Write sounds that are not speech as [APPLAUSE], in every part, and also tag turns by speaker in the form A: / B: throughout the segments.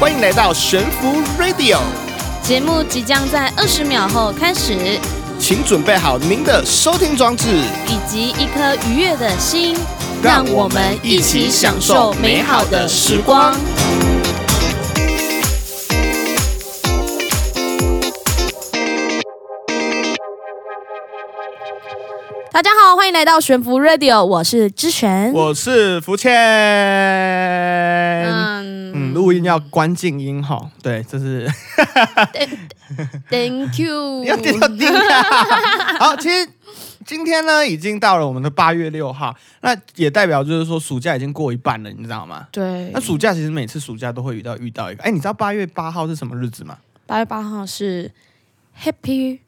A: 欢迎来到悬浮 Radio，
B: 节目即将在二十秒后开始，
A: 请准备好您的收听装置，
B: 以及一颗愉悦的心，
A: 让我们一起享受美好的时光。
B: 大家好，欢迎来到悬浮 Radio，我是之璇。
A: 我是福倩。嗯，
B: 嗯
A: 录音要关静音哈，对，这是
B: ，Thank you
A: 你。要点到钉啊！ [LAUGHS] 好，其实今天呢，已经到了我们的八月六号，那也代表就是说暑假已经过一半了，你知道吗？
B: 对
A: 那，暑假其实每次暑假都会遇到遇到一个，哎，你知道八月八号是什么日子吗
B: 八月八号是 Happy，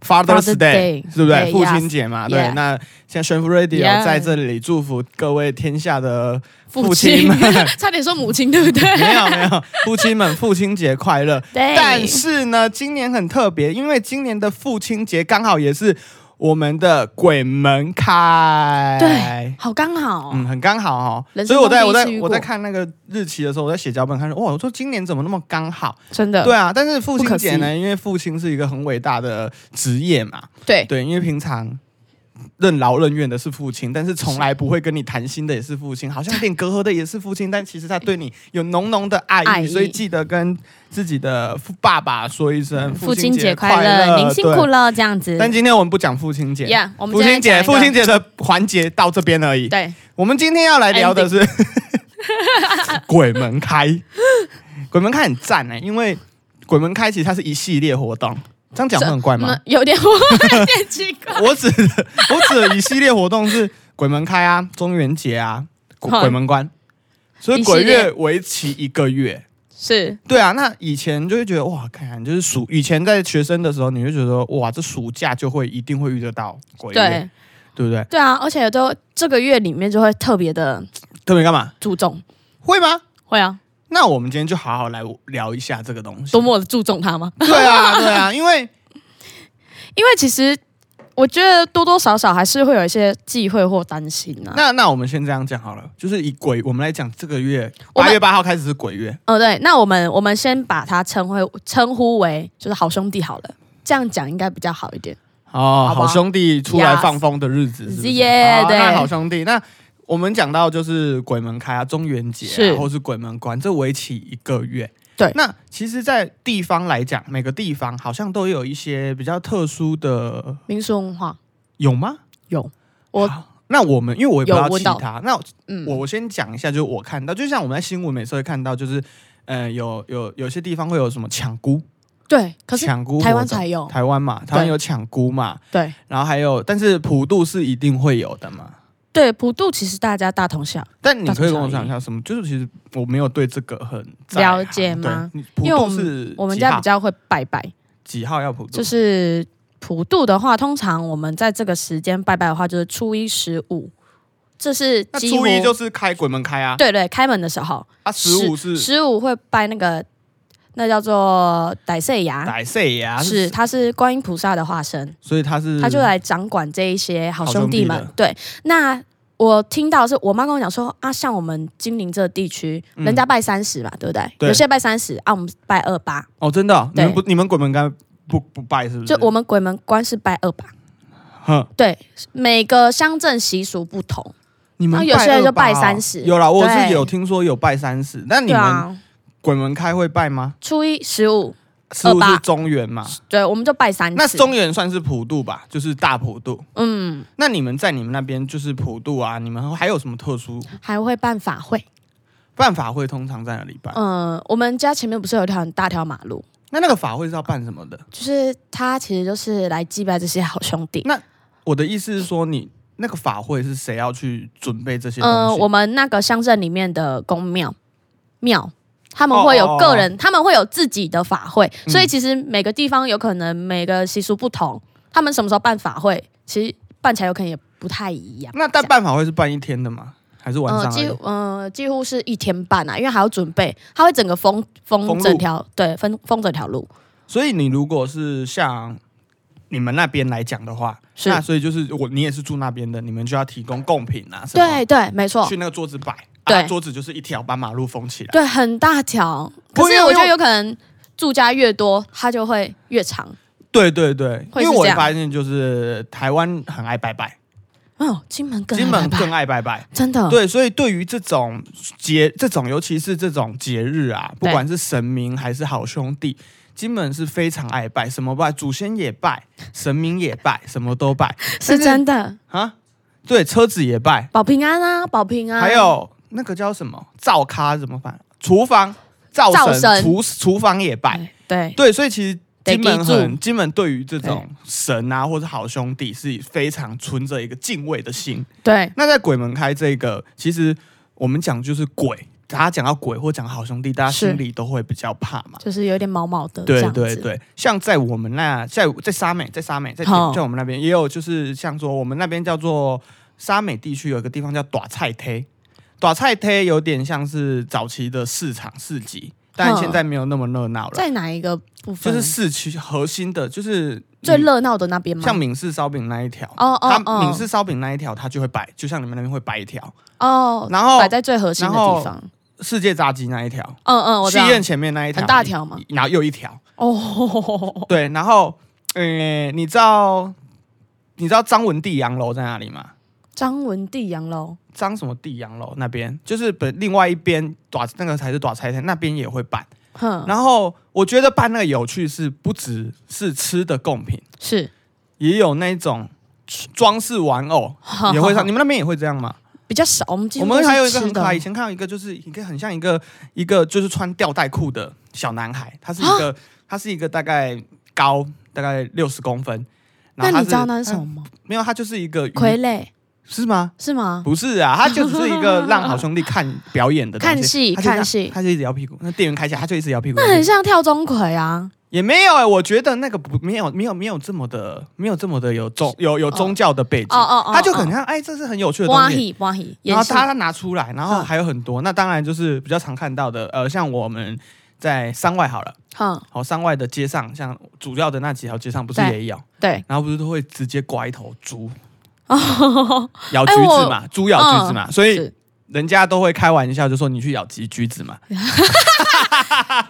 A: ？Father's
B: Father's
A: Day，
B: Day
A: 是不对？
B: 对
A: 父
B: yes
A: 亲节嘛，对
B: yeah。
A: 那现在悬浮 Radio
B: Yeah
A: 在这里祝福各位天下的父亲
B: 亲 [LAUGHS]
A: 们，
B: 差点说母亲，对不对？
A: 没有没有，父亲们父亲节快
B: [LAUGHS]
A: 乐！
B: 对，
A: 但是呢，今年很特别，因为今年的父亲节刚好也是我们的鬼门开。
B: 对，。好刚好，
A: 嗯，很刚好哦，
B: 人
A: 所
B: 生
A: 以我在
B: 中
A: 我
B: 第一
A: 在
B: 次遇
A: 我
B: 过
A: 在看那个日期的时候，我在写脚本看说，哇，我说今年怎么那么刚好？
B: 真的，
A: 对啊，但是父
B: 不
A: 亲
B: 可思
A: 节呢，因为父亲是一个很伟大的职业嘛，
B: 对
A: 对，因为平常任劳任怨的是父亲，但是从来不会跟你谈心的也是父亲，好像有点隔阂的也是父亲，但其实他对你有浓浓的爱意，
B: 爱意
A: 所以记得跟自己的父爸爸说一声
B: 嗯父
A: 亲
B: 亲节
A: 快
B: 快乐，您辛苦
A: 对
B: 了，这样子。
A: 但今天我们不讲父亲节
B: Yeah，我们
A: 父亲
B: 今
A: 节
B: 天讲一
A: 父
B: 个
A: 亲节的环节到这边而已。
B: 对，
A: 我们今天要来聊的是 [LAUGHS] 鬼门开，鬼门开很赞哎、因为鬼门开其实它是一系列活动，这样讲会很怪吗
B: 嗯？有点有点奇
A: [LAUGHS]
B: 怪。
A: 我指的我指的一系列活动是鬼门开啊、中元节啊、鬼
B: 好
A: 鬼门关，所以
B: 一系
A: 鬼
B: 列
A: 月为期一个月。
B: 是，
A: 对啊，那以前就会觉得哇，看就是暑，以前在学生的时候，你就觉得哇，这暑假就会一定会遇得到鬼月，
B: 对
A: 对不对？
B: 对啊，而且都这个月里面就会特别的
A: 特别干嘛？
B: 注重，
A: 会吗？
B: 会啊，
A: 那我们今天就好好来聊一下这个东西
B: 多。么的注重它吗？
A: 对啊，对啊，因为
B: 因为其实我觉得多多少少还是会有一些忌讳或担心啊。
A: 那那我们先这样讲好了，就是以鬼，我们来讲这个月
B: 我们
A: 八月八号开始是鬼月，
B: 哦，对，那我们我们先把它称为称呼为就是好兄弟好了，这样讲应该比较好一点。
A: 哦，
B: 好不
A: 好
B: 好
A: 兄弟出来放风的日子是不是，
B: Yes
A: 好
B: 对
A: 那好兄弟，那我们讲到就是鬼门开啊、中元节啊，
B: 是
A: 或是鬼门关，这为期一个月。
B: 对
A: 那其实，在地方来讲，每个地方好像都有一些比较特殊的，
B: 民俗文化
A: 有吗？
B: 有，我
A: 好那我们因为我也不知道
B: 有
A: 其
B: 问到
A: 他，那
B: 嗯，
A: 我我先讲一下，就是我看到，就像我们在新闻每次会看到，就是呃，有有有些地方会有什么抢菇，
B: 对，可是
A: 抢菇
B: 台湾
A: 活动
B: 才有，
A: 台湾嘛，台湾
B: 对
A: 有抢菇嘛，
B: 对
A: 然后还有，但是普渡是一定会有的嘛。
B: 对，普渡其实大家大同小
A: 但你可以
B: 大同小异
A: 跟我讲一下什么？就是其实我没有对这个很在
B: 了
A: 行
B: 解吗？
A: 对你普
B: 因为
A: 渡
B: 我们
A: 是
B: 我们
A: 几
B: 家
A: 号
B: 比较会拜拜，
A: 几号要普渡？
B: 就是普渡的话，通常我们在这个时间拜拜的话，就是初一十五，这是
A: 那
B: 几
A: 初
B: 乎
A: 一就是开鬼门开啊，
B: 对对，开门的时候，
A: 啊十五是
B: 十五会拜那个那叫做傣岁牙，
A: 逮岁呀，
B: 啊是，它是观音菩萨的化身，
A: 啊所以他是
B: 他就来掌管这一些好兄弟
A: 好兄
B: 们
A: 弟的。
B: 对，那。我听到是我妈跟我讲说啊，像我们金陵这地区，
A: 嗯
B: 人家拜三十嘛，对不对？
A: 对
B: 有些拜三十啊，我们拜二八，
A: 哦，真的哦，你
B: 对
A: 们不你们鬼门开不不拜是不是？
B: 就我们鬼门关是拜二八，
A: 哼，
B: 对，每个乡镇习俗不同。
A: 你们
B: 然后有些人就
A: 拜
B: 拜
A: 二八哦
B: 30
A: 有啦，我是
B: 对
A: 有听说有拜三十，那你
B: 对
A: 们
B: 啊，
A: 鬼门开会拜吗？
B: 初一十五，
A: 十五是
B: 28
A: 中原嘛？
B: 对，我们就拜三次。
A: 那中原算是普渡吧，就是大普渡。
B: 嗯，
A: 那你们在你们那边就是普渡啊，你们还有什么特殊
B: 还会办法会。
A: 办法会？通常在哪里办？
B: 嗯，我们家前面不是有一条很大条马路，
A: 那那个法会是要办什么的？
B: 就是它其实就是来祭拜这些好兄弟。
A: 我的意思是说你，那个法会是谁要去准备这些东西？
B: 嗯，我们那个乡镇里面的公庙庙。他们会有个人他们会有自己的法会，
A: 哦嗯
B: 所以其实每个地方有可能每个习俗不同，他们什么时候办法会，其实办起来有可能也不太一样。
A: 那但办法会是办一天的吗？还是晚
B: 呃，
A: 上而
B: 几
A: 已？
B: 乎呃几乎是一天半啊，因为还要准备，它会整个封
A: 封
B: 封
A: 路
B: 整条对封封整条路，
A: 所以你如果是像你们那边来讲的话，
B: 是
A: 那所以就是我你也是住那边的，你们就要提供贡品啊什么
B: 对对，没错
A: 去，那个桌子摆。啊
B: 对
A: 桌子就是一条把马路封起来。
B: 对，很大条。
A: 不
B: 可是
A: 因为
B: 我觉
A: 因为
B: 得有可能住家越多，它就会越长。
A: 对对对，
B: 会
A: 因为
B: 是
A: 我
B: 这
A: 也
B: 样
A: 发现就是台湾很爱拜拜，
B: 哦，金门更
A: 嗯金
B: 害
A: 门
B: 怕
A: 更爱拜拜。
B: 真的
A: 对，所以对于这种节，这种尤其是这种节日啊，不
B: 对
A: 管是神明还是好兄弟，金门是非常爱拜，什么拜，祖先也拜，神明也拜，什么都
B: [LAUGHS]
A: 拜
B: 是真的。
A: 啊。对，车子也拜，
B: 保平安啊，保平安。
A: 还有那个叫什么灶咖怎么办？厨房灶
B: 灶
A: 神
B: 神
A: 厨厨房也拜。
B: 对
A: 对，所以其实
B: 得
A: 金门
B: 记住
A: 很金门对于这种神啊或者好兄弟是非常存着一个敬畏的心。
B: 对
A: 那在鬼门开这个，其实我们讲就是鬼，大家讲到鬼或讲好兄弟，大家
B: 是
A: 心里都会比较怕嘛。
B: 就是有点毛毛的这
A: 对
B: 样子。
A: 对对，像在我们那，在在沙美，在沙美，在
B: 好
A: 在我们那边也有，就是像说我们那边叫做沙美地区有一个地方叫短菜推，短菜推有点像是早期的市场市集，但
B: 哼
A: 现在没有那么热闹了。
B: 在哪一个部
A: 就
B: 分？
A: 是市区核心的，就是
B: 最
A: 闽
B: 热闹的那边吗？
A: 像闽式烧饼那一条，
B: 哦哦
A: 它闽
B: 哦
A: 式烧饼那一条，它就会摆，就像你们那边会摆一条。
B: 哦，
A: 然后
B: 摆在最核心的
A: 然后
B: 地方。
A: 世界炸鸡那一条，
B: 嗯嗯，我知
A: 戏
B: 道。
A: 院前面那一条
B: 很大条吗？
A: 然后又一条，
B: 哦，
A: 对，然后呃，你知道你知道张文帝洋楼在哪里吗？
B: 张文帝洋楼
A: 张什么帝洋楼那边，就是本另外一边短那个才是短菜摊，那边也会办。
B: 哼，
A: 然后我觉得办那个有趣是不只是吃的贡品，
B: 是
A: 也有那种装饰玩
B: [LAUGHS]
A: 偶也会上。你们那边也会这样吗？
B: 比较少。我们几
A: 我
B: 乎
A: 们
B: 都是
A: 还有一个
B: 吃
A: 很可
B: 的
A: 爱，以前看到一个就是一个很像一个一个就是穿吊带裤的小男孩，他是一
B: 啊
A: 个他是一个大概高大概六十公分，然
B: 那
A: 后嗯他
B: 你知道那是
A: 他
B: 什么吗？
A: 没有，他就是一个鱼
B: 傀儡
A: 是吗？
B: 是吗？
A: 不是啊，他就只是一
B: [LAUGHS]
A: 个让好兄弟看表演的东西
B: 看戏
A: 他就这样
B: 看戏
A: 他就一直摇屁股，那店员开起来他就一直摇屁股，
B: 那很像跳钟馗啊，
A: 也没有哎、我觉得那个不没有没有没有这么的没有这么的有宗有有宗教的背景，
B: 哦哦哦
A: 他就很像哎，这是很有趣的
B: 哇
A: 东西，
B: 嘿哇嘿，
A: 然
B: 演
A: 后
B: 戏
A: 他他拿出来，然后
B: 嗯
A: 还有很多。那当然就是比较常看到的，呃，像我们在山外好了，
B: 哼，
A: 好、山外的街上，像主要的那几条街上不是
B: 对
A: 也有，
B: 对，
A: 然后不是都会直接挂一头猪，
B: 哦，
A: [LAUGHS] 咬橘
B: 哎我嗯
A: 子嘛，猪咬橘子嘛，所以
B: 是
A: 人家都会开玩笑就说你去咬橘橘子嘛，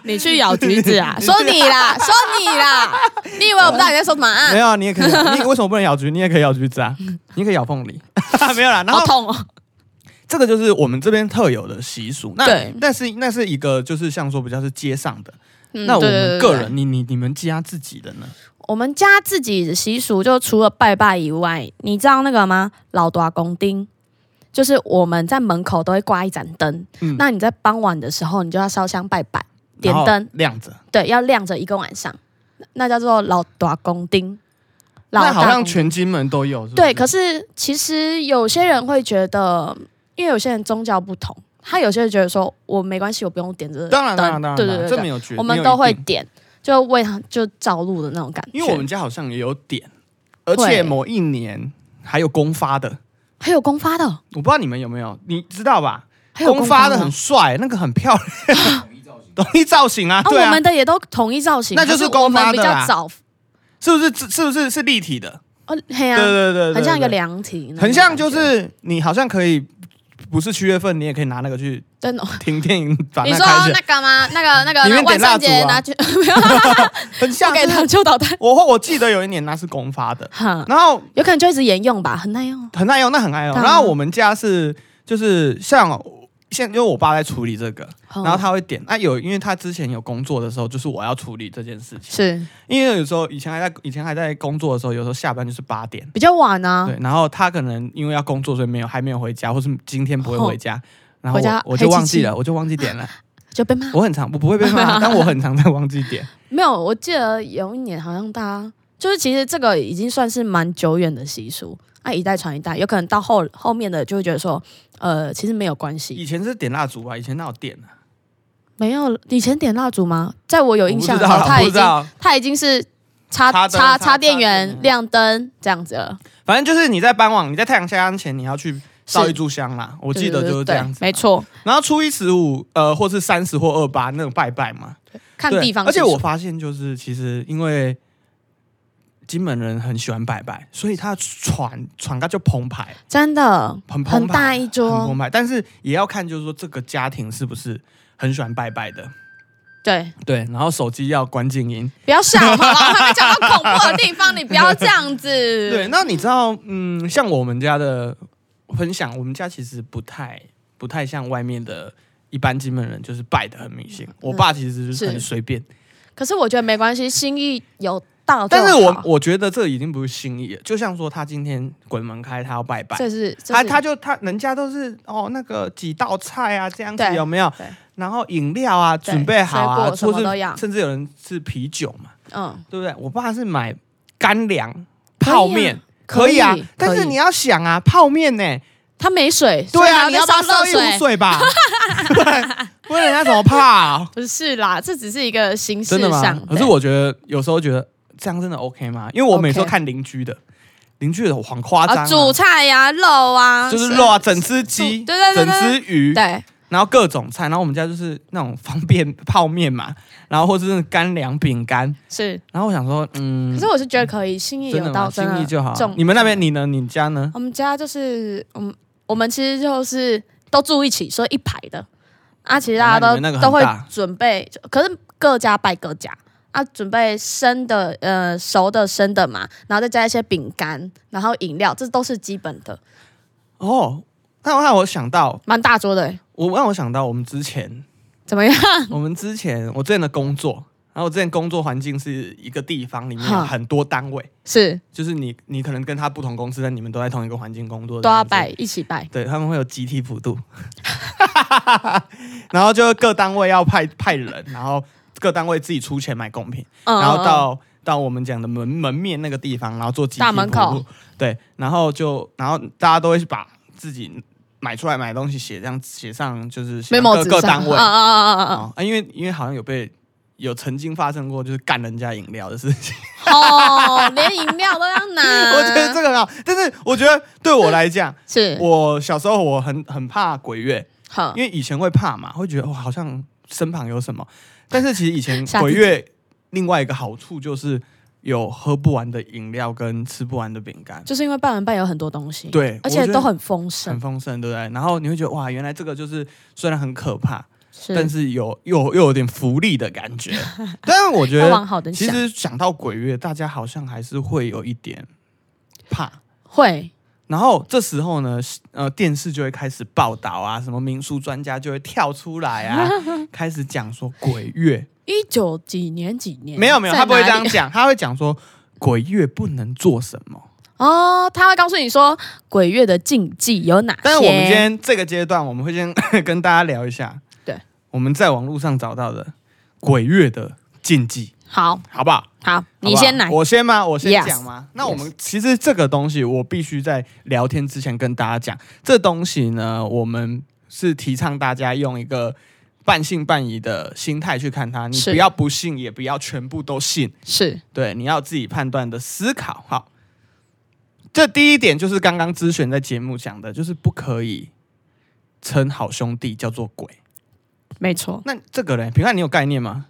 B: 你去咬橘子
A: [LAUGHS]
B: 啊？说你啦，说你啦，你以为我不知道你在说什么啊
A: 没？有啊，你也可以咬，
B: [LAUGHS]
A: 你为什么不能咬橘？你也可以咬橘子啊，你也可以咬凤梨， [LAUGHS] 没有啦。然后
B: 好痛嗯哦！
A: 这个就是我们这边特有的习俗，那
B: 对
A: 那是那是一个就是像说比较是街上的，
B: 嗯
A: 那我
B: 对对
A: 们
B: 对
A: 个
B: 对
A: 人，你你你们家自己的呢？
B: 我们家自己的习俗，就除了拜拜以外，你知道那个吗？老大公丁，就是我们在门口都会挂一盏灯。
A: 嗯
B: 那你在傍晚的时候，你就要烧香拜拜，点
A: 然后
B: 灯，
A: 亮着，
B: 对，要亮着一个晚上，那叫做老大公丁。老
A: 那
B: 大
A: 好像
B: 公
A: 全金门都有，是不
B: 对，可
A: 是
B: 是其实有些人会觉得，因为有些人宗教不同，他有些人觉得说我没关系，我不用点这个灯，
A: 当然当然当然，
B: 对对对
A: 这没
B: 对
A: 有绝，
B: 我们
A: 没有
B: 都
A: 一
B: 会
A: 定，
B: 点，就为他就照路的那种感觉。
A: 因为我们家好像也有点，而且
B: 会
A: 某一年还有公发的，
B: 还有公发的，
A: 我不知道你们有没有，你知道吧？
B: 还有公
A: 发
B: 的
A: 的很帅，那个很漂亮，统一造型啊，
B: 啊，
A: 对
B: 我
A: 啊，
B: 们的也都统一造型，
A: 那就是
B: 还
A: 公
B: 我们
A: 发
B: 比
A: 的啊啦
B: 较早，
A: 是不是是不是是立体的？
B: 哦，嘿
A: 对
B: 啊，
A: 对对对，
B: 很像一个
A: 对
B: 凉亭，啊
A: 很像就是你好像可以。不是七月份，你也可以拿那个去
B: 真的。
A: 停电影，把
B: 你
A: 那
B: 说啊
A: 开起
B: 那
A: 来，
B: 个吗？那个那
A: 里
B: 个
A: 面
B: 万
A: 点蜡
B: 圣
A: 烛啊
B: 节拿去 [LAUGHS]
A: 很
B: 交
A: 像。
B: 给
A: 就是
B: 糖就捣蛋，
A: [LAUGHS] 我我记得有一年那是公发的，
B: 哈，
A: 然后
B: 有可能就一直沿用吧，很耐用。
A: 很耐用，那很耐用。
B: 当然
A: 然后我们家是就是像现，因为我爸在处理这个，
B: 嗯
A: 然后他会点。那有，因为他之前有工作的时候，就是我要处理这件事情。
B: 是
A: 因为有时候以前还在以前还在工作的时候，有时候下班就是八点，
B: 比较晚啊，
A: 对。然后他可能因为要工作，所以没有还没有回家，或是今天不会回家。然后
B: 哦回家
A: 我我就忘记
B: 黑漆
A: 了，我就忘记点了。
B: 就被骂
A: 我很常我不会被
B: [LAUGHS]
A: 骂，啊但我很常在忘记点。
B: 没有，我记得有一年好像大家就是其实这个已经算是蛮久远的习俗，那、一代传一代，有可能到后后面的就会觉得说，呃，其实没有关系，
A: 以前是点蜡烛啊，以前哪有电啊？
B: 没有以前点蜡烛吗？在我有印象
A: 我
B: 的
A: 不
B: 时
A: 知道啦，
B: 候，它
A: 我不
B: 已
A: 知
B: 经
A: 道。
B: 它已经是插
A: 插灯插
B: 插
A: 插
B: 插电
A: 电
B: 源
A: 源
B: 亮灯这样子了，
A: 反正就是你在傍晚，你在太阳下山前，你要去烧
B: 是
A: 一炷香啦。我
B: 我
A: 记得就是这样子，
B: 没。错，
A: 然后初一十五，呃，或是三十或二八那种拜拜嘛，
B: 看
A: 对
B: 地方
A: 而
B: 习俗，
A: 且我发现就是，其实因为金门人很喜欢拜拜，所以他船船它就澎湃，
B: 真的
A: 很澎
B: 很
A: 湃，
B: 大一
A: 很澎
B: 桌，
A: 湃。但是也要看，就是说这个家庭是不是很喜欢拜拜的。
B: 对，
A: 对，然后手机要关静音。
B: 不要笑好不好？还没讲到恐怖的地方，你不要这样子。
A: [LAUGHS] 对，那你知道，嗯，像我们家的分享，我们家其实不太不太像外面的一般金门人，就是拜的很迷信。我爸其实就是很
B: 是哦
A: 随便，
B: 可是我觉得没关系，心意有到就好，
A: 但是我我觉得这已经不是心意了。就像说他今天鬼门开，他要拜拜，
B: 这是这
A: 他
B: 是
A: 他就他人家都是哦那个几道菜啊这样子
B: 对
A: 有没有
B: 对？
A: 然后饮料啊
B: 对
A: 准备好啊，
B: 水果什么
A: 或是
B: 都要
A: 甚至有人是啤酒嘛，
B: 嗯
A: 对不对？我爸是买干粮
B: 可以啊
A: 泡面。
B: 可以
A: 以啊，
B: 可以
A: 但是你要想啊，泡面呢、
B: 他没水，
A: 对啊，
B: 所以你要不
A: 烧
B: 要
A: 烧
B: 热
A: 一壶？水
B: [LAUGHS]
A: 吧，不然 [LAUGHS] 不然人家怎么怕、啊？
B: 不是啦，这只是一个形式
A: 真的吗
B: 上。？
A: 可是我觉得有时候觉得这样真的 OK 吗？因为我每次都
B: OK
A: 看邻居的，邻居的很夸张、
B: 啊，
A: 啊，
B: 煮菜呀、肉啊，
A: 就是肉啊，整只鸡，
B: 对对对对
A: 整只鱼，
B: 对，
A: 然后各种菜，然后我们家就是那种方便泡面嘛， [LAUGHS] 然后或者是干粮、饼干，
B: 是。
A: 然后我想说，嗯
B: 可是，我是觉得可以，心意
A: 真
B: 有
A: 的
B: 到
A: 吗？
B: 真的
A: 心意就好
B: 重。嗯
A: 你们那边，你呢？你家呢？
B: 我们家就是，嗯，我们其实就是都住一起，所以一排的。啊，其实
A: 哦
B: 大家
A: 那
B: 都
A: 你们那个很
B: 都会
A: 大
B: 准备，可是各家拜各家。啊，准备生的，呃，熟的生的嘛，然后再加一些饼干，然后饮料，这都是基本的，
A: 哦，那让我想到，
B: 蛮大桌的、欸。
A: 我让我想到我们之前
B: 怎么样？ [LAUGHS]
A: 我们之前我之前的工作，然后我之前工作环境是一个地方里面有
B: 哈
A: 很多单位，
B: 是
A: 就是你你可能跟他不同公司，但你们都在同一个环境工作，
B: 都要拜，。一起拜。
A: 对，他们会有集体普渡， [LAUGHS] 然后就各单位要派派人，然后各单位自己出钱买贡品，
B: 嗯，
A: 然后
B: 嗯
A: 到到我们讲的门门面那个地方，然后做集体
B: 大门
A: 普
B: 口
A: 渡对，然后就然后大家都会把自己买出来买的东西写这样写上，就是写
B: memo
A: 各
B: 纸
A: 各
B: 上
A: 单位
B: 啊啊啊啊啊！
A: 哦啊，因为因为好像有被有曾经发生过就是干人家饮料的事情，
B: 哦，连饮料都要拿。
A: [LAUGHS] 我觉得这个很好，但是我觉得对我来讲，
B: 是
A: 我小时候我很很怕鬼月，
B: 好
A: 因为以前会怕嘛，会觉得哇好像身旁有什么，但是其实以前
B: [LAUGHS] 吓自
A: 鬼
B: 己
A: 月另外一个好处就是有喝不完的饮料跟吃不完的饼干，
B: 就是因为拜完拜有很多东西，，
A: 对，我
B: 而且
A: 觉得
B: 都很丰
A: 很
B: 盛，
A: 丰盛，对不对？然后你会觉得哇，原来这个就是虽然很可怕，但
B: 是
A: 是有又又有点福利的感
B: [LAUGHS]
A: 觉，但是我觉
B: 要
A: 得
B: 往好的
A: 其
B: 想。
A: 实想到鬼月，大家好像还是会有一点怕。
B: 会
A: 然后这时候呢，呃，电视就会开始报道啊，什么民俗专家就会跳出来
B: [LAUGHS]
A: 啊，开始讲说鬼月
B: 一九几年几年？
A: 没有没有，
B: 在
A: 他不会
B: 哪
A: 这
B: 里啊
A: 样讲，他会讲说鬼月不能做什么。
B: 哦，他会告诉你说鬼月的禁忌有哪些。
A: 但是我们今天这个阶段，我们会先 [LAUGHS] 跟大家聊一下，
B: 对，
A: 我们在网络上找到的鬼月的禁忌，
B: 好
A: 好不好？
B: 好，
A: 好
B: 你
A: 不好
B: 先来。
A: 我先吗？我先
B: Yes
A: 讲吗那我们其实这个东西，我必须在聊天之前跟大家讲，这东西呢，我们是提倡大家用一个半信半疑的心态去看它，你
B: 是
A: 不要不信，也不要全部都信，
B: 是
A: 对，你要自己判断的思考。好，这第一点就是刚刚咨询在节目讲的，就是不可以称好兄弟叫做鬼。
B: 没错。
A: 那这个嘞，平安你有概念吗？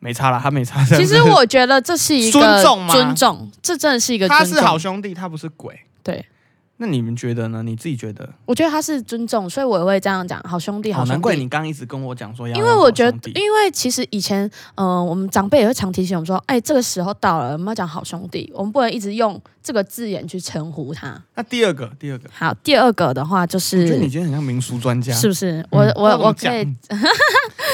A: 没差啦，他没差。
B: 其实我觉得这是一个
A: 尊重吗
B: 尊重，这真的是一个尊
A: 他
B: 重。
A: 是好兄弟，他不是鬼。
B: 对，
A: 那你们觉得呢？你自己觉得？
B: 我觉得他是尊重，所以我也会这样讲，好兄弟，好
A: 好，
B: 兄弟。
A: 难怪你刚刚一直跟我讲说要
B: 因
A: 用
B: 为
A: 好
B: 我觉
A: 兄
B: 得，
A: 弟
B: 因为其实以前，嗯、我们长辈也会常提醒我们说，哎，这个时候到了，我们要讲好兄弟，我们不能一直用这个字眼去称呼他。
A: 那第二个，第二个，
B: 好，第二个的话就
A: 我觉得你
B: 是，
A: 今天很像民俗专家，
B: 是不是？我、
A: 嗯
B: 我我
A: 不知道怎
B: 可
A: 么讲
B: 以，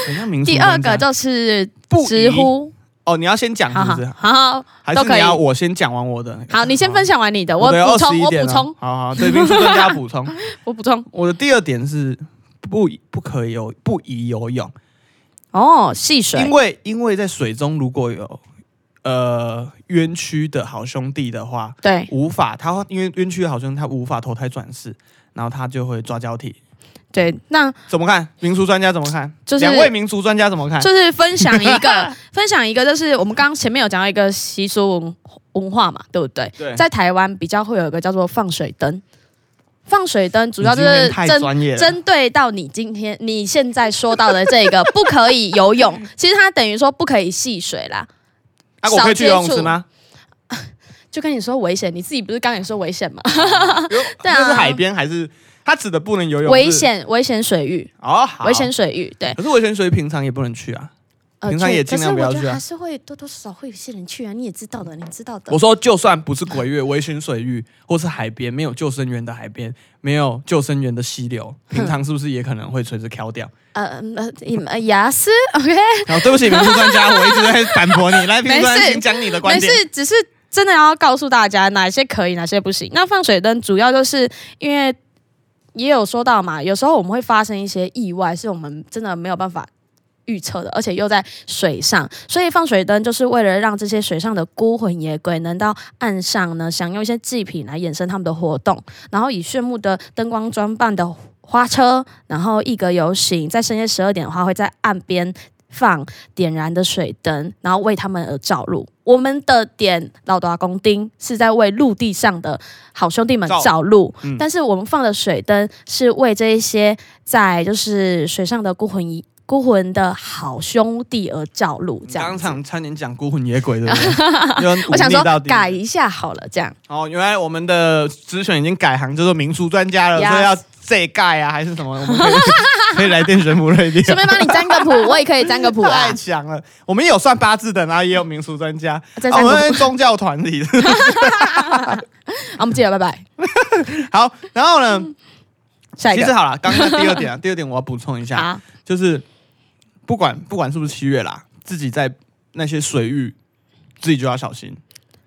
A: 很像民俗
B: 第二
A: 专家。
B: 个就是
A: 不宜
B: 直呼，
A: 哦，你要先讲
B: 好
A: 是
B: 好
A: 不是？
B: 好
A: 还
B: 都
A: 是
B: 可以
A: 你要我先讲完我的那个？
B: 好，你先分享完你的，
A: 我的有
B: 补充，
A: 21
B: 我
A: 点
B: 补
A: 哦
B: 充，
A: 好好，对民俗专家补
B: [LAUGHS]
A: 充。
B: 我补充。
A: 我的第二点是不宜不可以游，不宜游泳。
B: 哦，戏
A: 因
B: 水
A: 为因为在水中如果有呃冤屈的好兄弟的话，
B: 对
A: 无法他因为冤屈的好兄弟他无法投胎转世，然后他就会抓交替。
B: 对，那
A: 怎么看？民俗专家怎么看？
B: 就是
A: 两位民俗专家怎么看？
B: 就是分享一
A: [LAUGHS]
B: 个，分享一个，就是我们刚刚前面有讲到一个习俗文文化嘛，对不对？
A: 对，
B: 在台湾比较会有一个叫做放水灯，放水灯主要就
A: 你今
B: 是
A: 天太
B: 针
A: 专业了。
B: 针对到你今天你现在说到的这个不 [LAUGHS] 可以游泳，其实它等于说不可以戏水啦。
A: 啊，我可以
B: 少
A: 去
B: 接
A: 游泳
B: 触 [LAUGHS]
A: 池吗？
B: 就跟你说危险，你自己不是刚也说危险吗？对啊
A: 那是海边还是他指的不能游泳？
B: 危
A: 是
B: 险危险水域，
A: 哦，好
B: 危险。水域，对。
A: 可是危险水平常也不能去啊。
B: 呃
A: 平常
B: 去
A: 也尽量不要
B: 可是我觉
A: 去
B: 得
A: 啊
B: 还是会多多少少会有些人去啊，你也知道的，你知道的
A: 我。说，就算不是鬼月、危险水域，或是海边没有救生员的海边，没有救生员的溪
B: [LAUGHS]
A: 流，平常是不是也可能会随之飘掉？
B: 呃嗯呃你们呃雅思 OK，
A: 然后对不起，评书专家，我一直在反驳你。来，评书专
B: 没
A: 家，
B: 事
A: 请讲你的观
B: 没
A: 点。
B: 事，只是真的要告诉大家哪些可以，哪些不行。那放水灯主要就是因为也有说到嘛，有时候我们会发生一些意外，是我们真的没有办法。预测的，而且又在水上，所以放水灯就是为了让这些水上的孤魂野鬼能到岸上呢，享用一些祭品来衍生他们的活动，然后以炫目的灯光装扮的花车，然后一格游行，在深夜十二点的话会在岸边放点燃的水灯，然后为他们而照路。我们的点老达公丁是在为陆地上的好兄弟们
A: 照
B: 照路，
A: 嗯
B: 但是我们放的水灯是为这一些在就是水上的孤魂一孤魂的好兄弟而照路。这样
A: 当
B: 子，
A: 场差点讲孤魂野鬼，对
B: [LAUGHS]
A: 不对？有人
B: 我想
A: 忤逆到
B: 说
A: 底
B: 改一下好了，这样
A: 哦，原来我们的直选已经改行，就是民俗专家了，
B: Yes
A: 所以要这盖啊，还是什么？我们可以可以来电神不瑞
B: [LAUGHS]
A: 典。
B: 顺便帮你占个谱，我也可以占个谱
A: [LAUGHS]
B: 啊
A: 太，强了！我们也有算八字的，然啊后也有民俗专家，
B: 再
A: 啊
B: 占
A: 我
B: 个谱，
A: 们宗教团体。
B: 好，我们记得，拜拜，
A: [LAUGHS] 好，然后
B: [LAUGHS]
A: 呢？
B: 下一
A: 其实
B: 个。
A: 好了，刚刚第二点啊， [LAUGHS] 第二点我要补充一下，
B: 好，
A: 就是不管不管是不是七月啦，自己在那些水域自己就要小心，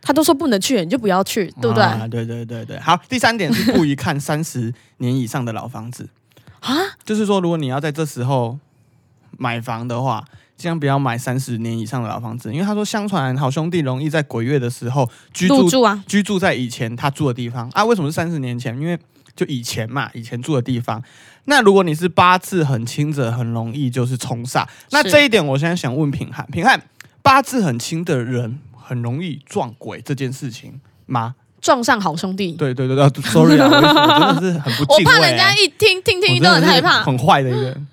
B: 他都说不能去，你就不要去，对不对？
A: 啊对对对对。好，第三点是不宜看三十年以上的老房子
B: [LAUGHS] 啊，
A: 就是说如果你要在这时候买房的话。尽量不要买三十年以上的老房子，因为他说相传好兄弟容易在鬼月的时候居
B: 入
A: 住
B: 住啊，
A: 居住在以前他住的地方啊。为什么是三十年前？因为就以前嘛，以前住的地方。那如果你是八字很轻者，很容易就是冲煞。那
B: 是
A: 这一点，我现在想问平汉，平汉八字很轻的人很容易撞鬼这件事情
B: [LAUGHS]
A: 吗？
B: 撞上好兄弟。
A: 对对对对，sorry 啊，我
B: [LAUGHS]
A: 我真的是很不
B: 我
A: 敬畏、欸，
B: 怕人家一听听听都
A: 我真
B: 很
A: 的是
B: 害怕。
A: 很坏的一个人，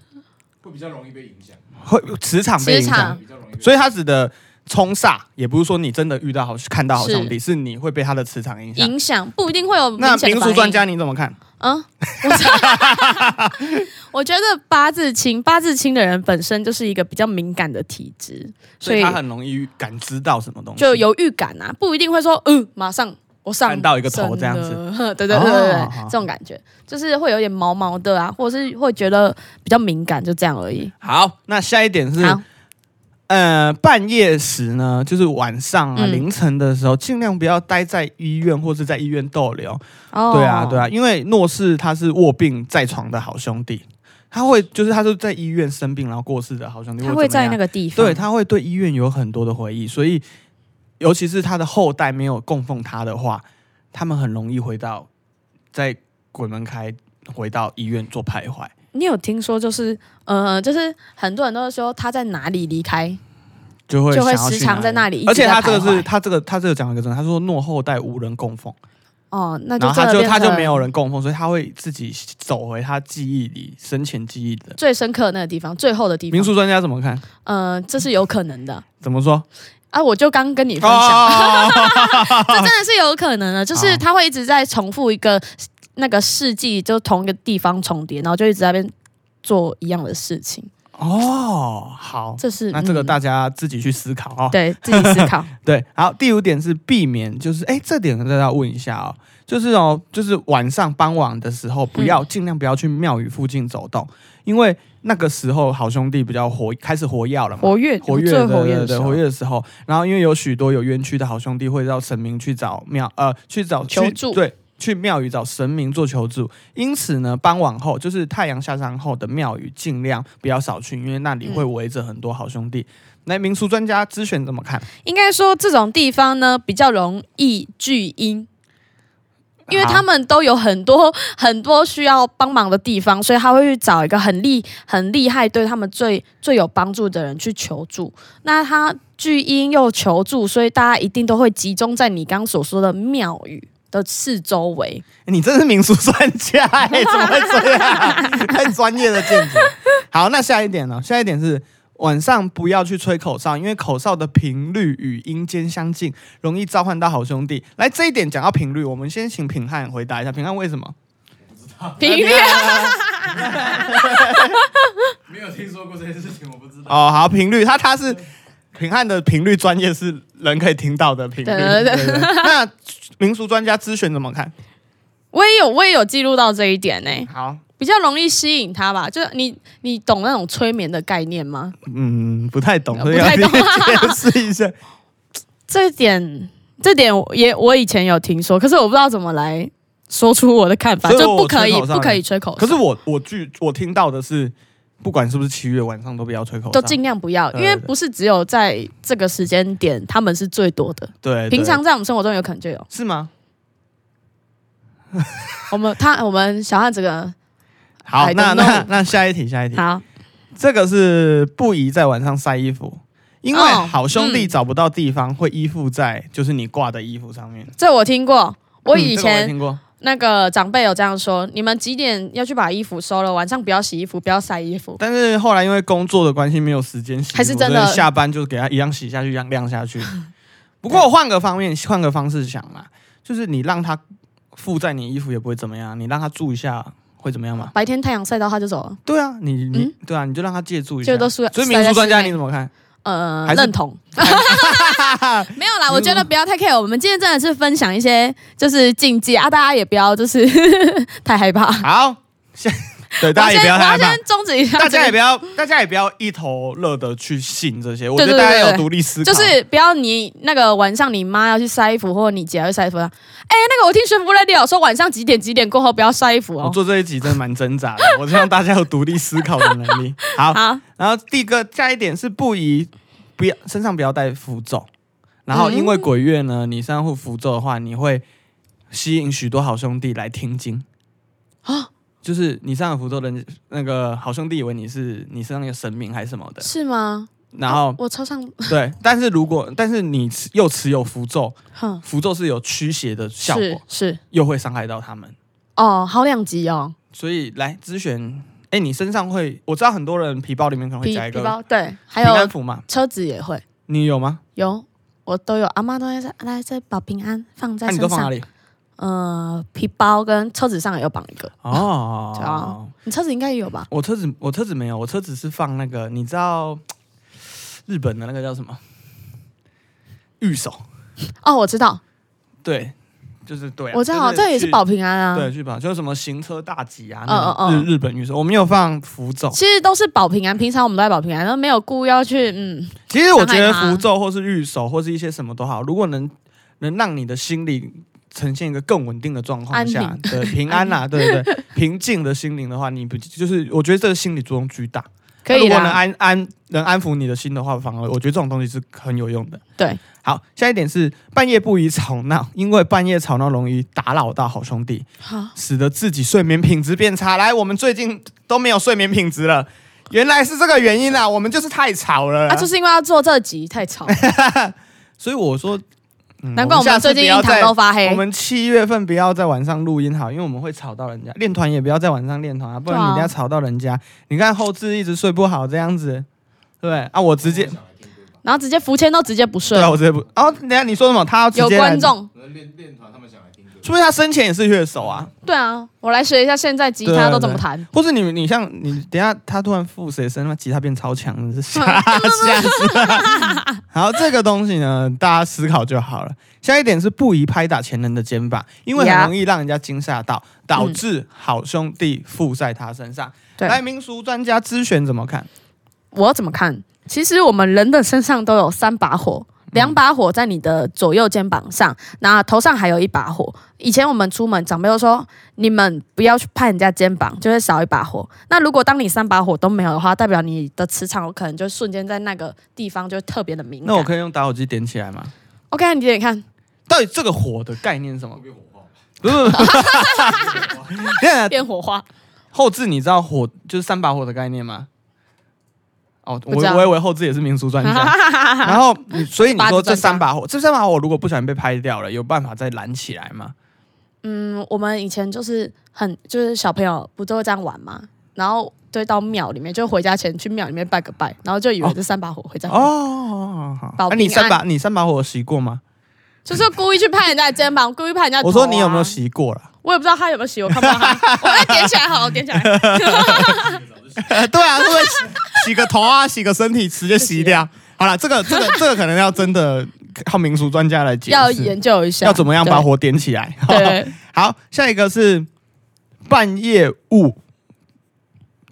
C: 会比较容易被影响，
A: 会磁场被影
B: 磁
A: 响
B: 场。
C: 比较容易被。
A: 所以他指的冲煞，也不是说你真的遇到好看到好兄弟，是你会被他的磁场影响。
B: 影响不一定会有
A: 那
B: 明显的
A: 民
B: 反
A: 俗
B: 应
A: 专，家你怎么看？
B: 嗯， [LAUGHS] 我知道我觉得八字轻，八字轻的人本身就是一个比较敏感的体质，
A: 所
B: 所
A: 以
B: 以
A: 他很容易感知到什么东西，
B: 就有预感啊，不一定会说，嗯，马上我上
A: 看到一个头这样子
B: 身了，呵 [LAUGHS] 对对对对对
A: 哦好，
B: 这种感觉就是会有点毛毛的啊，或者是会觉得比较敏感，就这样而已。
A: 好。那下一点是，
B: 好，
A: 呃，半夜时呢，就是晚上啊、
B: 嗯
A: 凌晨的时候，尽量不要待在医院或是在医院逗留。
B: 哦
A: 对啊，对啊，，因为诺氏他是卧病在床的好兄弟，他会就是他是在医院生病然后过世的好兄弟，
B: 他会在那
A: 个
B: 个地方，
A: 对，他会对医院有很多的回忆，所以尤其是他的后代没有供奉他的话，他们很容易回到在鬼门开回到医院做徘徊。
B: 你有听说就是呃，就是很多人都是说他在哪里离开，
A: 就会
B: 就会
A: 想要
B: 时
A: 去
B: 常
A: 哪
B: 在
A: 里
B: 那里一
A: 而
B: 直
A: 且
B: 在
A: 他这个
B: 徘
A: 是
B: 徊
A: 他这个他这个讲了一个真的，他说诺后代无人供奉，
B: 哦，那
A: 然
B: 就
A: 后
B: 真
A: 他
B: 的
A: 就
B: 变
A: 他就
B: 成
A: 没有人供奉，所以他会自己走回他记忆里生前记忆的。
B: 最深刻的那个地方，最后的地
A: 民
B: 方，
A: 俗专家怎么看？
B: 呃，这是有可能的
A: 怎么说？
B: 啊！我就刚跟你分享，
A: 哦，
B: 这真的是有可能的，
A: 啊
B: 就是他会一直在重复一个那个世纪，就同一个地方重叠，然后就一直在那边做一样的事情，
A: [LAUGHS] 哦，好，
B: 这是
A: 那这个
B: 嗯
A: 大家自己去思考哦。
B: 对自己
A: [LAUGHS]
B: 思考，
A: 对，好，第五点是避免，就是哎，这点大家要问一下哦，就是哦，就是晚上傍晚的时候，不
B: 嗯
A: 要、尽量不要去庙宇附近走动，因为那个时候好兄弟比较活，开始活跃了嘛，
B: 活跃，
A: 活跃
B: 最
A: 的，
B: 活跃
A: 对
B: 的时
A: 对，
B: 候
A: 活跃的时候，然后因为有许多有冤屈的好兄弟会到神明去找庙，呃，去找
B: 求
A: 去
B: 助
A: 对，去庙宇找神明做求助。因此呢，傍晚后就是太阳下山后的庙宇，尽量不要少去，因为那里会
B: 嗯
A: 围着很多好兄弟。来，民俗专家之选怎么看？
B: 应该说这种地方呢比较容易聚阴，因为
A: 好
B: 他们都有很多 [LAUGHS] 很多需要帮忙的地方，所以他会去找一个很厉很厉害、对他们最最有帮助的人去求助。那他聚阴又求助，所以大家一定都会集中在你刚刚所说的庙宇。的四周围，
A: 你真是民俗专家、
B: [LAUGHS]
A: 欸，怎么会这样？太专业的见解。好，那下一点呢？下一点是晚上不要去吹口哨，因为口哨的频率与音间相近，容易召唤到好兄弟。来，这一点讲到频率，我们先请品汉回答一下，品汉为什
B: [LAUGHS]
A: 么？
B: 频率
C: 没有听说过这件事情，我不知道。
A: 哦，好，频率，他他是平汉的频率专业是人可以听到的频率。
B: 对对对
A: 对那民俗专家咨询怎么看？
B: 我也有我也有记录到这一点呢、
A: 好，
B: 比较容易吸引他吧。就是你你懂那种催眠的概念吗？
A: 嗯，不太懂，
B: 呃
A: 所以
B: 不太
A: 要
B: 懂
A: 你解释一下。
B: 这一点这点我也我以前有听说，可是我不知道怎么来说出我的看法，
A: 所以
B: 就
A: 我
B: 不可以
A: 吹口哨
B: 不可以吹口哨，
A: 可是我我据我听到的是，不管是不是七月晚上都不要吹口
B: 都
A: 哨，
B: 尽量不要，因
A: 对
B: 为不是只有在这个时间点他们是最多的，
A: 哎对，对
B: 平常在我们生活中有可能就有。
A: 是吗？
B: 我们他我们小汉这个
A: 好，
B: I don't
A: 那那
B: know
A: 那下一题，下一题，
B: 好，
A: 这个是不宜在晚上晒衣服。因为
B: 哦
A: 好兄弟
B: 嗯
A: 找不到地方，会依附在就是你挂的衣服上面。
B: 这我听过，我以
A: 嗯这个也
B: 前
A: 听过，
B: 那个长辈有这样说：你们几点要去把衣服收了？晚上不要洗衣服，不要晒衣服。
A: 但是后来因为工作的关系，没有时间洗衣服，
B: 还是真的
A: 所以下班就给它一样洗下去，一样晾下
B: [LAUGHS]
A: 去。不过换个方面，换个方式想嘛，就是你让它附在你衣服也不会怎么样，啊你让它住一下会怎么样嘛？
B: 白天太阳晒到他就走了，
A: 对啊，你你、
B: 嗯
A: 对啊，你就让它借住一下
B: 就。都是
A: 所以民俗专家
B: 晒在室内
A: 你怎么看？
B: 呃
A: 还是嗯
B: 认
A: [LAUGHS]
B: 同没有啦，我觉得不要太 care。我们今天真的是分享一些就是禁忌啊，大家也不要就是 [LAUGHS] 太害怕。
A: 好， [LAUGHS]
B: [LAUGHS]
A: 现对大家也不要太害
B: 我先我
A: 怕。
B: 先终止一下，
A: 大家也不
B: 要，
A: 要，大家也不要一头热的去信这些。我觉
B: 对
A: 得
B: 对
A: 大
B: 对
A: 家
B: 对
A: 有独立思考，
B: 就是不要你那个晚上你妈要去晒衣服，或者你姐要去晒衣服。哎、那个我听学服 radio 说晚上几点几点过后不要晒衣服
A: 我
B: 哦。
A: 做这一集真的蛮挣扎的。我希望大家有独立思考的能力。好，
B: 好，
A: 然后第一个加一点是不宜不要身上不要带符咒，然后因为鬼月呢，你身上会符咒的话，你会吸引许多好兄弟来听经
B: 啊
A: 就是你身上有符咒的人，那个好兄弟以为你是你身上有神明还是什么的，
B: 是吗？
A: 然后
B: 我超上，
A: 对，但是如果但是你持又持有符咒，
B: 哼，
A: 符咒是有驱邪的效
B: 是
A: 果，
B: 是
A: 又会伤害到他们，
B: 哦，好两极哦，
A: 所以来咨询，哎，你身上会，我知道很多人皮包里面可能会
B: 皮
A: 加一
B: 皮
A: 个
B: 包对，还
A: 平安
B: 有
A: 符嘛，
B: 车子也会
A: 你有吗？
B: 有，我都有，阿妈都在在在保平安放在
A: 啊那、你都
B: 身
A: 放哪
B: 上，
A: 里？
B: 呃，皮包跟车子上也有绑一个，
A: 哦，
B: 对啊你车子应该也有吧？
A: 我车子我车子没有，我车子是放那个你知道日本的那个叫什么玉手，
B: 哦，我知道，
A: 对，就是对啊、
B: 我知道，
A: 就
B: 这也是
A: 去
B: 保平安啊，
A: 对，去保就是什么行车大吉啊，
B: 嗯
A: 那种日、
B: 嗯嗯
A: 日本玉手，我没有放符咒。
B: 其实都是保平安，平常我们都在保平安，然后没有故意要去，嗯，
A: 其实我觉得
B: 伤害它
A: 符咒或是玉手或是一些什么都好，如果能能让你的心理呈现一个更稳定的状况下
B: 安，
A: 对平安啦、对对对，平静的心灵的话，你不就是我觉得这个心理作用巨大。
B: [LAUGHS] 可以
A: 如果能
B: 啦，
A: 安安能安抚你的心的话，反而我觉得这种东西是很有用的。
B: 对，
A: 好，下一点是半夜不宜吵闹，因为半夜吵闹容易打扰到好兄弟，
B: 好，
A: 使得自己睡眠品质变差。来，我们最近都没有睡眠品质了，原来是这个原因啊，我们就是太吵了啦。
B: 啊，就是因为要做这集
A: [LAUGHS]
B: 太吵，
A: 所以我说，嗯
B: 难怪我
A: 下
B: 们
A: 次
B: 最近
A: 不要
B: 一
A: 再
B: 堂都发黑
A: 我，们七月份不要在晚上录音好，因为我们会吵到人家。练团也不要在晚上练团啊，不然
B: 对啊
A: 你等下吵到人家。你看后置一直睡不好这样子，对不对啊，我直接
B: 嗯然后直接福签都直接不
A: 对
B: 顺
A: 啊，，我直接不。哦，等下你说什么？他要直
B: 有
A: 接来
B: 观，众，
C: 练练团他们想来听歌，
A: 说明他生前也是乐手啊，
B: 对啊，我来学一下现在吉他都怎么弹，
A: 或是你你像你等下他突然附谁声，那吉他变超强，
B: [LAUGHS]
A: 你是吓吓死。然后这个东西呢，大家思考就好了。下一点是不宜拍打前人的肩膀，因为
B: Yeah 嗯
A: 很容易让人家惊吓到，导致好兄弟附在他身上。
B: 对
A: 来，民俗专家咨询怎么看？
B: 我怎么看？其实我们人的身上都有三把火，
A: 嗯
B: 两把火在你的左右肩膀上，那头上还有一把火。以前我们出门，长辈都说你们不要去拍人家肩膀，就会少一把火。那如果当你三把火都没有的话，代表你的磁场有可能就瞬间在那个地方就特别的敏感。
A: 那我可以用打火机点起来吗？
B: OK，你点点看，
A: 到底这个火的概念是什么
C: 会？不会火爆？
A: 不是，
B: [LAUGHS]
A: 不是等下
B: 变火花，
A: 后置你知道火就是三把火的概念吗？哦，我
B: 不知道
A: 我以为后置也是民俗专
B: [LAUGHS]
A: 家， [LAUGHS] 然后你所以你说这
B: 八字专家
A: 三把火，这三把火如果不小心被拍掉了，有办法再燃起来吗？
B: 嗯，我们以前就是很就是小朋友不都会这样玩吗？然后堆到庙里面，就回家前去庙里面拜个拜，然后就以为这三把火会在、
A: 哦哦，好，
B: 保
A: 那你
B: 平
A: 三
B: 安
A: 把你三把火洗过吗？
B: 就是故意去拍人家的肩膀，故意拍人家、啊
A: 我说你有没有？洗过
B: [LAUGHS]
A: 啦？
B: 我也不知道他有没有洗，我看不
A: [LAUGHS]
B: 到他。我再点起来好了，我点起来。
A: 对啊，会不会洗洗 [LAUGHS] 个头啊，洗个身体，直接洗掉？
B: 啊
A: 好了，这个这个这个可能要真的靠民俗专家来解释，
B: 要研究一下
A: 要怎么样把火点起来。 [LAUGHS]
B: 对对
A: 好，下一个是半夜雾，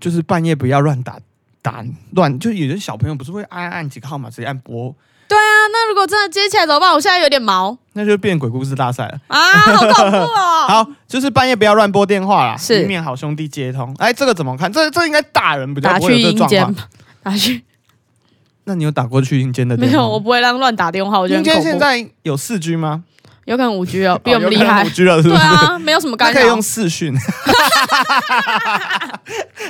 A: 就是半夜不要乱打打乱，就有些小朋友不是会按按几个号码直接按拨，
B: 啊？那如果真的接起来怎么办？我现在有点毛
A: 那就变鬼故事大赛了。
B: 啊，好恐怖
A: [LAUGHS]
B: 哦！
A: 好，就是半夜不要乱拨电话啦，
B: 是
A: 以免好兄弟接通。哎，这个怎么看？这这应该大人比较
B: 打
A: 不会
B: 去
A: 有这
B: 阴
A: 状
B: 间
A: 况。
B: 吧，打去
A: 那你有打过去阴间的电
B: 没
A: 话吗？
B: 有，我不会让乱打电话，我觉
A: 阴
B: 得
A: 间
B: 很
A: 现
B: 恐怖。
A: 在有四 G 吗？
B: 有可能五 G 哦，比我们厉害
A: 五。G 了是
B: 对
A: 不是？
B: 啊，没有什么
A: 那
B: 干
A: 可以
B: 扰
A: 用。视讯。 [LAUGHS]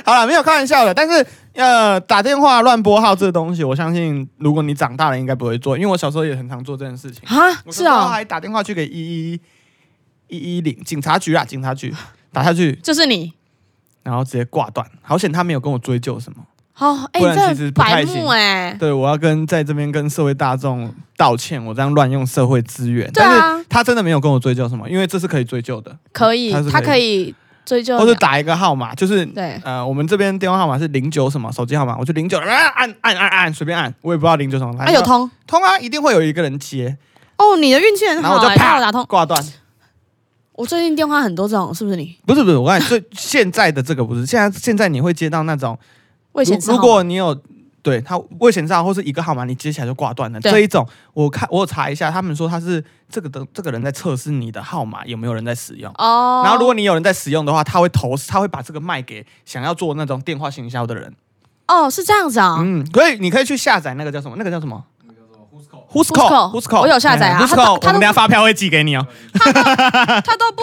A: 好了，没有开玩笑的，但是呃，打电话乱拨号这个东西，我相信如果你长大了应该不会做，因为我小时候也很常做这件事情。
B: 啊，
A: 我
B: 是
A: 小时候
B: 哦，
A: 还打电话去给一一一一零警察局啊，警察局打下去，
B: 就是你。
A: 然后直接挂断，好险他没有跟我追究什么。
B: 哦，哎，
A: 不
B: 你
A: 然
B: 这
A: 其实
B: 很
A: 不
B: 白
A: 太行
B: 目哎。
A: 对，我要跟在这边跟社会大众道歉，我这样乱用社会资源。
B: 对啊
A: 但是他真的没有跟我追究什么，因为这是可以追究的，
B: 可以
A: 他是，
B: 他
A: 可
B: 可以追究
A: 或者
B: 你。
A: 打一个号码，就是
B: 啊对，
A: 呃，我们这边电话号码是零九什么手机号码，我就零九、啊，按按按按，随便按，我也不知道零九什么，
B: 啊，有通
A: 通啊，一定会有一个人接，
B: 哦，你的运气很
A: 然后
B: 好
A: 我就
B: 哎，
A: 啪
B: 让我打通。
A: 挂断。
B: 我最近电话很多这种，是不是你？
A: 不是不是，我告诉你，最现在的这个不是，现在现在你会接到那种，
B: 未显
A: 如
B: 示
A: 如
B: 号
A: 果你有对他未显示号或是一个号码，你接起来就挂断的
B: 对
A: 这一种，我看我有查一下，他们说他是这个的这个人在测试你的号码有没有人在使用。
B: 哦，
A: 然后，如果你有人在使用的话，他会投，他会把这个卖给想要做那种电话行销的人。
B: 哦是这样子啊，
A: 嗯，所以你可以去下载那个叫什么？那个叫什么？
C: 那个叫做 Who's Call，
A: Husco
B: Husco，
A: Husco，
B: 我有下载啊他
A: Husco，
B: 他
A: 我
B: 都
A: 们等下发票会寄给你哦。
B: 他都不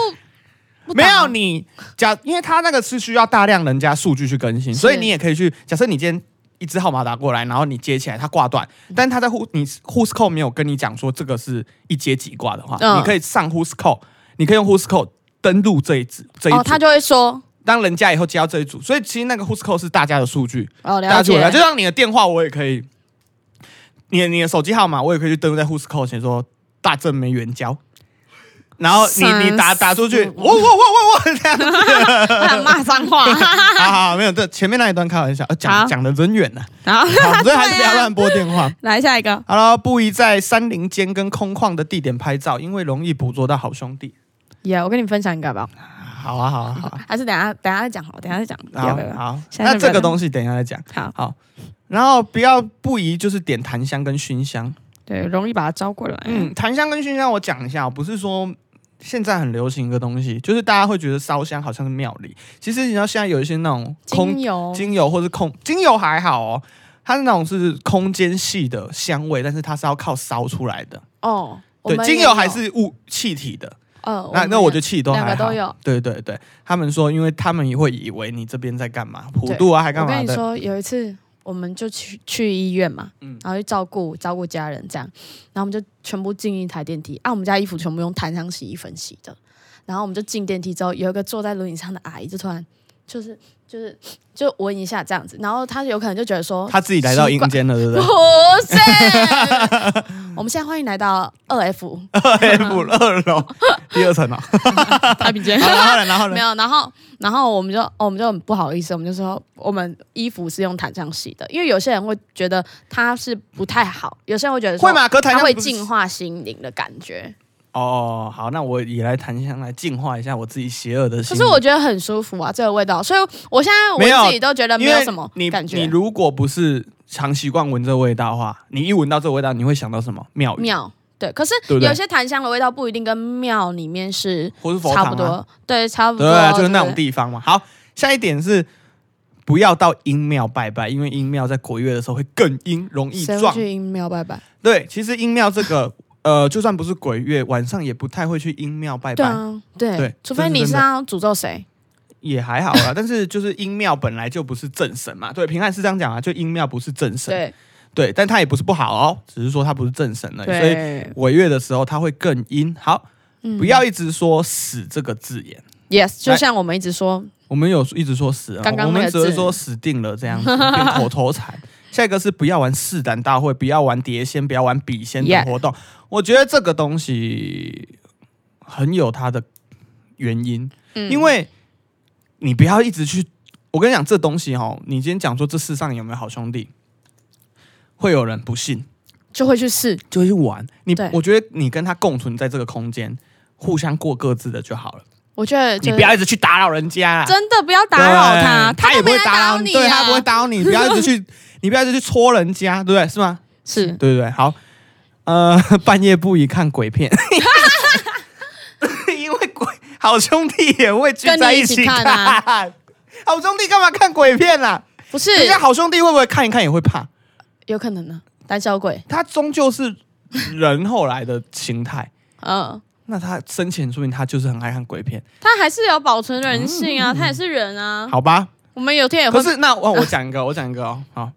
A: 嗯
B: 不啊
A: 没
B: 打
A: 有你假，因为他那个是需要大量人家数据去更新，
B: 是
A: 所以你也可以去。假设你今天一支号码打过来，然后你接起来，他挂断，
B: 嗯
A: 但他在 Who 你 Who's Call 没有跟你讲说这个是一接几挂的话，
B: 嗯
A: 你可以上 Who's Call，你可以用 Who's Call 登录这一支这一
B: 哦，他
A: 组，
B: 就会说
A: 当人家以后接到这一组，所以其实那个 Who's Call 是大家的数据，
B: 哦
A: 大家
B: 了
A: 去我家，就
B: [LAUGHS] 解，
A: 像你的电话，我也可以，你的你的手机号码，我也可以去登录在 Who's Call 前说大正没援交，然后你
B: 三
A: 你打
B: 四
A: 打出去，
B: 五
A: 我我我我我这样子，
B: 他很骂脏
A: [LAUGHS]
B: 话，
A: 好好没有，这前面那一段开玩笑，呃
B: 好
A: 讲讲的真
B: [LAUGHS]
A: 远呢，啊
B: 然后
A: 好，所以还是不要
B: 对啊
A: 乱拨电话。
B: 来下一个
A: 好了，不宜在山林间跟空旷的地点拍照，因为容易捕捉到好兄弟。
B: 耶，我跟你分享一个吧，
A: 好啊，好啊，好啊，
B: 还是等一下等一下再讲好了，等一下再讲，不要不要
A: 好啊
B: 不要，
A: 好。
B: 下次
A: 那
B: 不要
A: 这个东西等一下再讲。
B: 好，
A: 然后不要不宜就是点檀香跟熏香。
B: 对，容易把他招过来，
A: 嗯，檀香跟熏香我讲一下哦，不是说现在很流行一个东西，就是大家会觉得烧香好像是庙里，其实你知道现在有一些那种
B: 精
A: 空
B: 油
A: 精油或是空精油还好哦，它是那种是空间系的香味，但是它是要靠烧出来的。
B: 哦，我
A: 对，
B: 们
A: 精
B: 也
A: 油
B: 有
A: 还是雾气体的，
B: 呃，
A: 那
B: 们
A: 那我觉得
B: 也
A: 气都还
B: 两个
A: 好
B: 都有。
A: 对对对，他们说，因为他们也会以为你这边在干嘛，普
B: 对
A: 渡啊，还干
B: 我
A: 嘛
B: 跟你
A: 的？
B: 说，有一次我们就去去医院嘛，
A: 嗯
B: 然后去照顾照顾家人这样，然后我们就全部进一台电梯啊，我们家衣服全部用檀香洗衣粉洗的，然后我们就进电梯之后，有一个坐在轮椅上的阿姨就突然就是就是就闻一下这样子，然后她有可能就觉得说
A: 他自己来到阴间了，对不 [LAUGHS]
B: [LAUGHS] 不
A: 对
B: 是，我们现在欢迎来到二
A: [LAUGHS]
B: F
A: ？F 二楼第二层哦。
B: 太平间
A: 好。然后呢，然后
B: 没
A: 呢？
B: 有，然后，然后我们就，哦我们就很不好意思，我们就说我们衣服是用檀香洗的，因为有些人会觉得它是不太好，有些人会觉得说
A: 会？吗？可是檀
B: 它
A: 香
B: 会
A: 不是
B: 净化心灵的感觉，
A: 哦，好，那我也来檀香来净化一下我自己邪恶的
B: 可
A: 心。
B: 是我觉得很舒服啊，这个味道，所以我现在
A: 没有
B: 我自己都觉得
A: 因
B: 呃没
A: 为
B: 有什么
A: 你
B: 感觉。
A: 你如果不是常习惯闻这味道的话，你一闻到这味道，你会想到什么？庙宇，
B: 庙对，可是
A: 对不对
B: 有些檀香的味道不一定跟庙里面是
A: 或是佛堂、啊，
B: 差不多，对，差不多，
A: 对啊，就是那种
B: 对
A: 地方嘛。好，下一点是不要到阴庙拜拜，因为阴庙在鬼月的时候会更阴，容易
B: 谁会
A: 撞。
B: 去阴庙拜拜？
A: 对，其实阴庙这个， [LAUGHS] 呃，就算不是鬼月，晚上也不太会去阴庙拜
B: 对
A: 拜，
B: 啊，对，
A: 对这
B: 除非
A: 是
B: 你
A: 真
B: 是
A: 的
B: 要诅咒谁，
A: 也还好啦。但 [LAUGHS] 是就是阴庙本来就不是正神嘛，对，平安是这样讲啊，就阴庙不是正神。
B: 对
A: 对，但它也不是不好哦，只是说它不是正神了，所以
B: 对，
A: 违月的时候它会更阴。好，
B: 嗯
A: 不要一直说“死”这个字眼，
B: Yes，就像我们一直说，
A: 我们有一直说死人，
B: 刚刚
A: 我
B: 那
A: 们
B: 个
A: 只是
B: 字
A: 说死定了这样子，变口头
B: [LAUGHS]
A: 禅。下一个是不要玩试胆大会，不要玩碟仙，不要玩笔仙等
B: Yeah
A: 活动。我觉得这个东西很有它的原因，
B: 嗯
A: 因为你不要一直去。我跟你讲，这东西哦，你今天讲说这世上有没有好兄弟，会有人不信，
B: 就会去试，
A: 就会去玩。你
B: 对
A: 我觉得你跟他共存在这个空间，互相过各自的就好了。
B: 我觉得
A: 你
B: 呃就
A: 不要
B: 是
A: 一直去打扰人家啦。
B: 真的不要打扰他，
A: 对他
B: 都
A: 也不
B: 没
A: 会
B: 来
A: 打
B: 你
A: 对他
B: 啊，
A: 不会打扰你，不要一直去，你不要一直去戳人家，对不对？是吗？
B: [LAUGHS] 是
A: 对对对，好，呃， [LAUGHS] 半夜不宜看鬼片， [LAUGHS] 因为鬼好兄弟也会聚在起
B: 跟你一起看啊
A: [LAUGHS] 好兄弟干嘛看鬼片啦、
B: 不是
A: 人家好兄弟会不会看一看也会怕？
B: 有可能呢？胆小鬼，
A: 他终究是人后来的形态，
B: 嗯，
A: 那他生前说明他就是很爱看鬼片，
B: 他还是有保存人性啊，他也是人啊，
A: 好吧？
B: 哎我们有天也会
A: 嗯可是那我我讲一个， [LAUGHS] 我讲一个哦，好，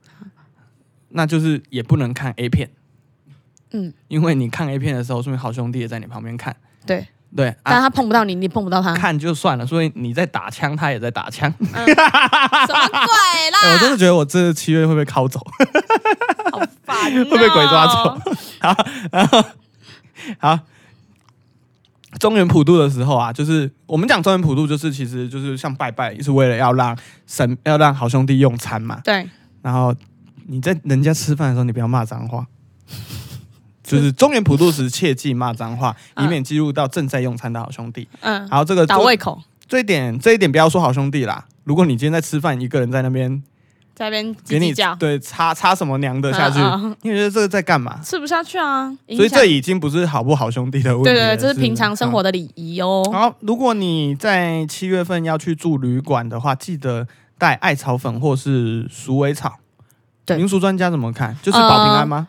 A: 那就是也不能看 A 片，
B: 嗯，
A: 因为你看 A 片的时候，说明好兄弟也在你旁边看，
B: 对，
A: 对
B: 但
A: 啊，
B: 他碰不到你，你碰
A: [LAUGHS]
B: 不到他，
A: 看就算了，所以你在打枪，他也在打
B: [LAUGHS]
A: 枪。
B: 啊什么鬼
A: 哎我真的
B: 啦？
A: 觉得我这七月会被拷走，
B: 好烦哦，
A: 会被鬼抓走。好，然后好， [LAUGHS] 中原普渡的时候啊，就是我们讲中原普渡，就是其实就是像拜拜，是为了要让神要让好兄弟用餐嘛，
B: 对，
A: 然后你在人家吃饭的时候，你不要骂脏话。 [LAUGHS] 就是中原普渡时切忌骂脏话，以
B: 嗯
A: 免激怒到正在用餐的好兄弟。
B: 嗯，
A: 然后这个
B: 倒
A: 这
B: 胃口，
A: 这一点，这一点不要说好兄弟啦。如果你今天在吃饭，一个人在那边
B: 在那边叽
A: 给你
B: 叽叫，
A: 对插插什么娘的下去，
B: 嗯嗯
A: 你会觉得这个在干嘛？
B: 吃不下去啊，影
A: 所以
B: 响
A: 这已经不是好不好兄弟的问题
B: 对
A: 了。
B: 对，这是平常生活
A: 的。
B: 的礼仪哦。
A: 嗯好，如果你在七月份要去住旅馆的话，记得带艾草粉或是鼠尾草。
B: 对呃
A: 民俗专家怎么看？就是保平安吗？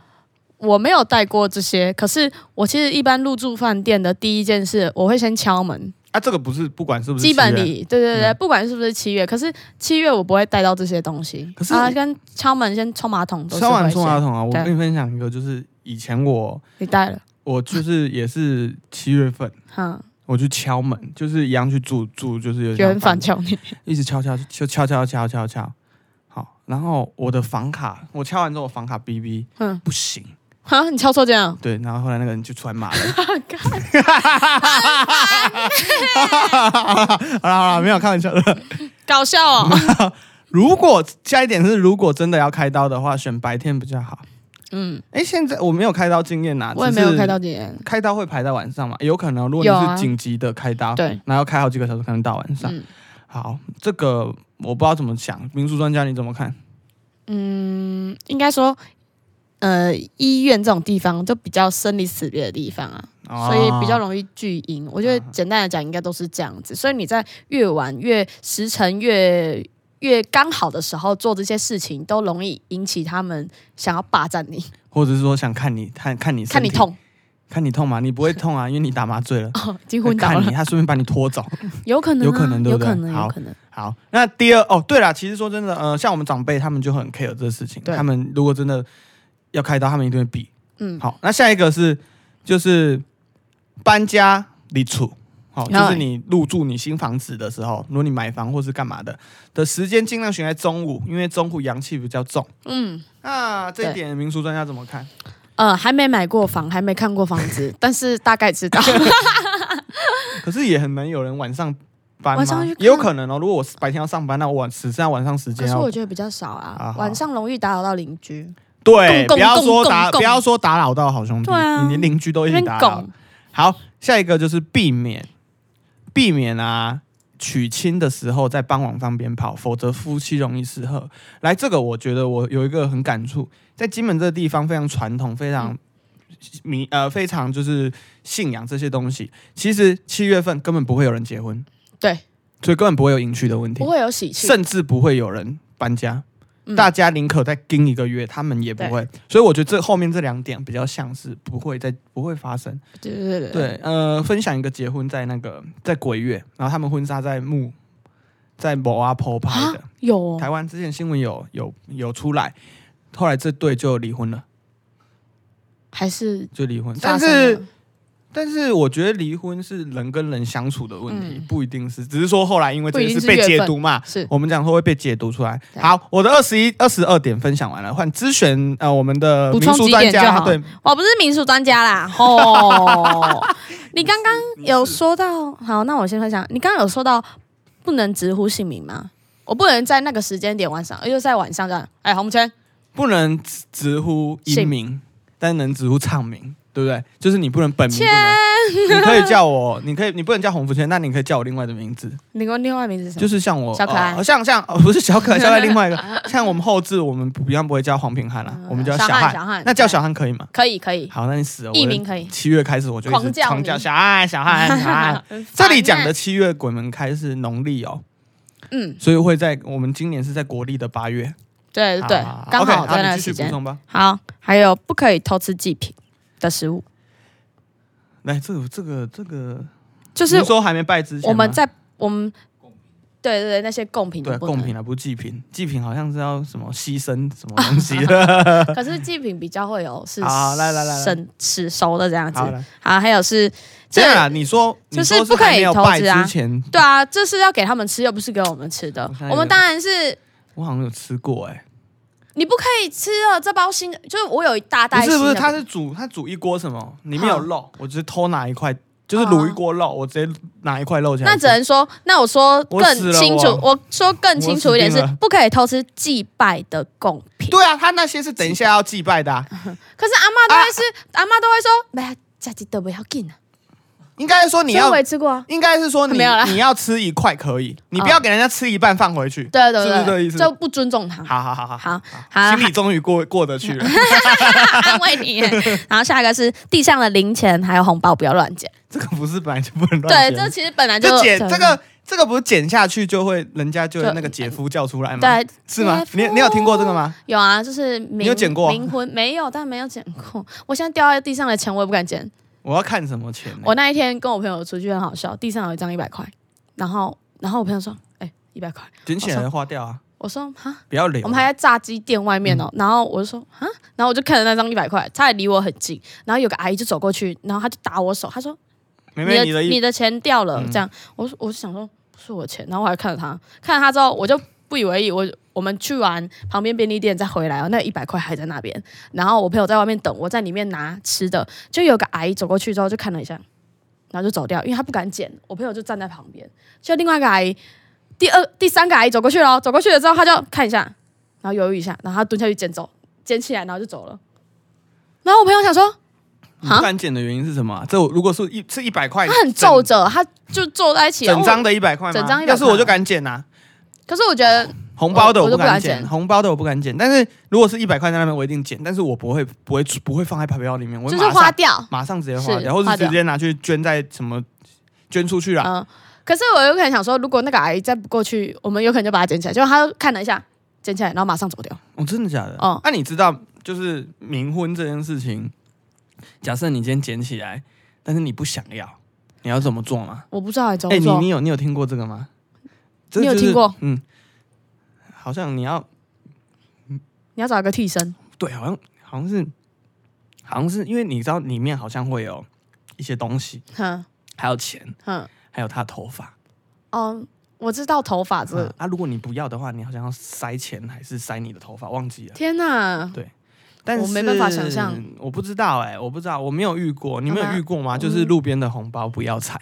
B: 我没有带过这些，可是我其实一般入住饭店的第一件事，我会先敲门，
A: 啊，这个不是不管是不是
B: 基本
A: 七月，
B: 礼，对对对，
A: 嗯
B: 不管是不是七月，可是七月我不会带到这些东西，
A: 可是
B: 啊，跟敲门先冲马桶都是
A: 敲完
B: 会
A: 冲马
B: 先，
A: 桶啊，我
B: 对
A: 跟你分享一个，就是以前我
B: 你带了，
A: 我就是 [LAUGHS] 也是七月份。
B: 嗯，
A: 我去敲门，就是一样去住住，就是有
B: 有人
A: 点
B: 反
A: 像
B: 敲你，
A: 一直敲敲敲敲敲敲敲敲。好，然后我的房卡，我敲完之后我房卡哔哔
B: 嗯，
A: 不行，
B: 哈，你敲错这样，
A: 对，然后后来那个人就出来骂人。
B: [LAUGHS]
A: [LAUGHS] 好了好了，没有开玩笑的。
B: 搞笑
A: [LAUGHS]
B: 哦，
A: 如果下一点是，如果真的要开刀的话，选白天比较好。
B: 嗯，
A: 哎，现在我没有开刀经验呐，
B: 我
A: 啊
B: 也
A: 只
B: 没
A: 是
B: 有开到点，
A: 开刀会排在晚上嘛？有可能，如果
B: 有啊
A: 你是紧急的开刀，
B: 对，
A: 然后要开好几个小时，可能到晚上。
B: 嗯
A: 好，这个我不知道怎么想，民俗专家你怎么看？
B: 嗯，应该说。呃，医院这种地方就比较生离死别的地方啊，所以
A: 哦
B: 比较容易聚阴。我觉得
A: 嗯
B: 简单来讲，应该都是这样子。所以你在越晚、越时辰越越刚好的时候做这些事情，都容易引起他们想要霸占你，
A: 或者是说想看你看看你身
B: 看你
A: 体，
B: 痛
A: 看你痛吗？你不会痛啊，因为你打麻醉了，
B: 哦，已 [LAUGHS] 经昏倒
A: 看
B: 了
A: 你，，他顺便把你拖走。
B: 有可能啊、
A: 有可能对
B: 有
A: 不对
B: 可能，
A: 好
B: 有可能。
A: 好，那第二哦，对了，其实说真的，呃，像我们长辈他们就很 care 这事情，
B: 对
A: 他们如果真的要开刀，他们一定会避。
B: 嗯，
A: 好，那下一个是就是搬家离处，好、
B: 然
A: 就
B: 后
A: 是你入住你新房子的时候，如果你买房或是干嘛的的时间，尽量选在中午，因为中午阳气比较重。
B: 嗯，
A: 那这一
B: 对
A: 点民俗专家怎么看？
B: 呃，还没买过房，还没看过房
A: [LAUGHS]
B: 子，但是大概知道。
A: 可是也很难有人晚上搬
B: 晚上
A: 吗
B: 去？看
A: 也有可能哦。如果我白天要上班，那我晚只剩下晚上时
B: 可
A: 间
B: 是
A: 要
B: 我觉得比较少
A: 啊
B: 啊，
A: 好
B: 晚上容易打扰到邻居，
A: 对，
B: 共
A: 不要
B: 共
A: 说
B: 共
A: 打
B: 共
A: 不要说打扰到好兄弟，
B: 对啊
A: 你连邻居都一
B: 因
A: 起
B: 为
A: 打扰
B: 拱。
A: 好，下一个就是避免避免啊，娶亲的时候在傍晚放鞭炮，否则夫妻容易失和。来，这个我觉得我有一个很感触，在金门这个地方非常传统，非
B: 嗯
A: 常迷、呃，非常就是信仰这些东西。其实七月份根本不会有人结婚，
B: 对，
A: 所以根本不会有迎娶的问题
B: 不，会有喜气。
A: 甚至不会有人搬家。
B: 嗯
A: 大家宁可再盯一个月，他们也不会。所以我觉得这后面这两点比较像是不会再不会发生。
B: 对对对对，
A: 对，呃，分享一个结婚在那个在鬼月，然后他们婚纱在木在某阿婆拍
B: 啊
A: 的，
B: 有哦
A: 台湾之前新闻有有有出来，后来这对就离婚了，
B: 还是
A: 就离婚。
B: 发
A: 但
B: 生
A: 是
B: 了
A: 但是我觉得离婚是人跟人相处的问题，
B: 嗯
A: 不一定是，只是说后来因为这
B: 不一定
A: 个
B: 是
A: 被
B: 缘
A: 解
B: 分
A: 读嘛，
B: 是
A: 我们讲说会被解读出来。
B: 对
A: 好，我的二十一、二十二点分享完了，换咨询呃我们的
B: 补
A: 民
B: 充
A: 俗
B: 几
A: 专
B: 点就
A: 家，
B: 好
A: 对，
B: 我不是民俗专
A: [LAUGHS]
B: 家啦，吼！你刚刚有说到，好，那我先分享。你刚刚有说到不能直呼姓名吗？我不能在那个时间点晚上，又在晚上这样。哎，洪谦，
A: 不能直直呼音
B: 姓
A: 名，但能直呼唱名，对不对？就是你不能本名，不能，你可以叫我，你可以，你不能叫洪福谦，那你可以叫我另外的名字，
B: 你给我另外名字是什么？
A: 就是像我
B: 小可爱
A: 呃像像、呃不是小可爱，小可爱另外一
B: [LAUGHS]
A: 个，像我们后置，我们不一样不会叫黄平汉啦，
B: 嗯
A: 我们叫
B: 小汉
A: 汉，
B: 小汉
A: 那叫
B: 对
A: 小汉可以吗？
B: 可以可以，
A: 好，那你死了，我
B: 艺
A: 的
B: 名可以。
A: 七月开始我就一直
B: 狂叫
A: 狂叫
B: 你
A: 小汉小汉小汉。
B: 很烦
A: 这里讲
B: 欸
A: 的，七月鬼门开是农历哦，
B: 嗯，
A: 所以会在我们今年是在国历的八月，
B: 对对对
A: 好好，
B: 刚
A: OK，
B: 好在那
A: 你
B: 个
A: 继续
B: 时
A: 补
B: 间。
A: 充吧。
B: 好，还有不可以偷吃祭品的食物，
A: 来，这个这个这个，
B: 就
A: 你
B: 是
A: 说还没拜之前吗，
B: 我们在我们对对对那些贡品
A: 对
B: 不能
A: 贡品啊，不是祭品，祭品好像是要什么牺牲什么东西
B: [LAUGHS]
A: 的。 [LAUGHS]
B: 可是祭品比较会有是
A: 好来来来来
B: 生吃熟的这样子。
A: 好了，
B: 好，还有是
A: 这
B: 这
A: 样啊，你说
B: 就
A: 你
B: 是
A: 说
B: 不可
A: 还
B: 以
A: 没有
B: 投
A: 拜
B: 资啊
A: 之前，
B: 对啊，这是要给他们吃，又不是给我们吃的
A: 我看。
B: 我们当然是
A: 我好像有吃过哎，
B: 你不可以吃了这包新的，就是我有一大袋
A: 不
B: 新的。
A: 是不是，他是煮他煮一锅什么，里面有
B: 嗯
A: 肉，我只是偷拿一块，就是卤一锅肉，我直接拿一块肉起来
B: 那
A: 吃。
B: 只能说，那我说
A: 我死
B: 更
A: 了
B: 清楚，
A: 我
B: 我说更清楚一
A: 我
B: 点是
A: 死定了
B: 不可以偷吃祭拜的贡品。
A: 对啊，他那些是等一下要祭拜的啊、
B: 嗯可是阿妈都会吃，
A: 啊
B: 阿妈都会说，哎呀，家鸡都不要进啊。
A: 应该是说你
B: 所以
A: 要
B: 我，也吃过啊。
A: 应该是说你
B: 没有啦哦
A: 你要吃一块可以，你不要给人家吃一半放回去。
B: 对对
A: 是不是这个意 [LAUGHS]
B: 对，
A: 思
B: 就不尊重他。 [LAUGHS]
A: 好好好好
B: 好，好
A: 好，心里终于过过得
B: [LAUGHS]
A: 去了。
B: 安慰你 [LAUGHS] 耶。然后下一个是地上的零钱还有红包不要乱捡。
A: 这个不是本来就不能乱
B: 对，
A: 捡
B: 这
A: 的，
B: 其实本来
A: 就
B: 捡
A: 剪这个这个不是剪下去就会人家就会那个姐夫叫出来吗？，
B: 对
A: 是吗
B: 姐？夫
A: 你你有听过这个吗？
B: 有啊，就是冥
A: 你有捡过啊
B: 冥婚没有，但没有捡过。我现在掉在地上的钱我也不敢捡。
A: 我要看什么钱呢？
B: 我那一天跟我朋友出去很好笑，地上有一张一百块，然后然后我朋友说：“哎、一百块。
A: 捡起来花掉啊，”
B: 我说：“哈。”
A: 不要留。啊
B: 我们还在炸鸡店外面哦，
A: 嗯
B: 然后我就说啊，然后我就看着那张一百块，他也离我很近，然后有个阿姨就走过去，然后他就打我手，他说
A: 妹妹，
B: 你
A: 你的
B: 的
A: 一
B: 钱掉了，
A: 嗯
B: 这样，我说我就想说是我钱，然后我还看着他，看着他之后我就不以为意，我我们去完旁边便利店再回来哦，那一百块还在那边，然后我朋友在外面等，我在里面拿吃的，就有个阿姨走过去之后就看了一下，然后就走掉，因为她不敢捡，我朋友就站在旁边，就另外一个阿姨，第二第三个阿姨走过去了哦，走过去了之后她就看一下，然后犹豫一下，然后她蹲下去捡走，捡起来然后就走了，然后我朋友想说。
A: 你不敢捡的原因是什么啊？这我如果是一是一百块，
B: 他很
A: 整
B: 皱着，他就皱在一起。
A: 整
B: 我
A: 张的一百块吗？
B: 整张100
A: 要是
B: 块
A: 我就敢捡啊呐。
B: 可是我觉得
A: 红包的
B: 我
A: 我
B: 我都
A: 不
B: 不敢
A: 敢
B: 捡
A: 捡，红包的我不敢捡。但是如果是一百块在那边，我一定捡，但是我不会不会不会放在包包里面，我
B: 就
A: 会
B: 是
A: 马
B: 花
A: 上
B: 掉，
A: 马上直接
B: 是
A: 花掉，或
B: 花
A: 是
B: 掉
A: 直接拿去捐在什么捐出去啦。
B: 嗯。可是我有可能想说，如果那个阿姨再不过去，我们有可能就把它捡起来。结果她看了一下，捡起来，然后马上走掉。
A: 哦，真的假的？
B: 哦
A: 那、你知道就是冥婚这件事情，假设你今天捡起来，但是你不想要，你要怎么做吗？
B: 我不知道还怎
A: 哎、
B: 么
A: 你
B: 做
A: 你。有你有听过这个吗？这
B: 你有
A: 就是
B: 听过？
A: 嗯，好像你要
B: 你要找一个替身，
A: 对，好像好像是好像是因为你知道里面好像会有一些东西，
B: 哼
A: 还有钱，
B: 哼，
A: 还有他的头发。
B: 哦，我知道头发这
A: 嗯。啊，如果你不要的话，你好像要塞钱还是塞你的头发，忘记了。
B: 天哪，
A: [LAUGHS] 但是
B: 我没办法想象，
A: 我不知道哎、我不知道，我没有遇过，你们
B: 好吧
A: 有遇过吗？就是路边的红包不要踩，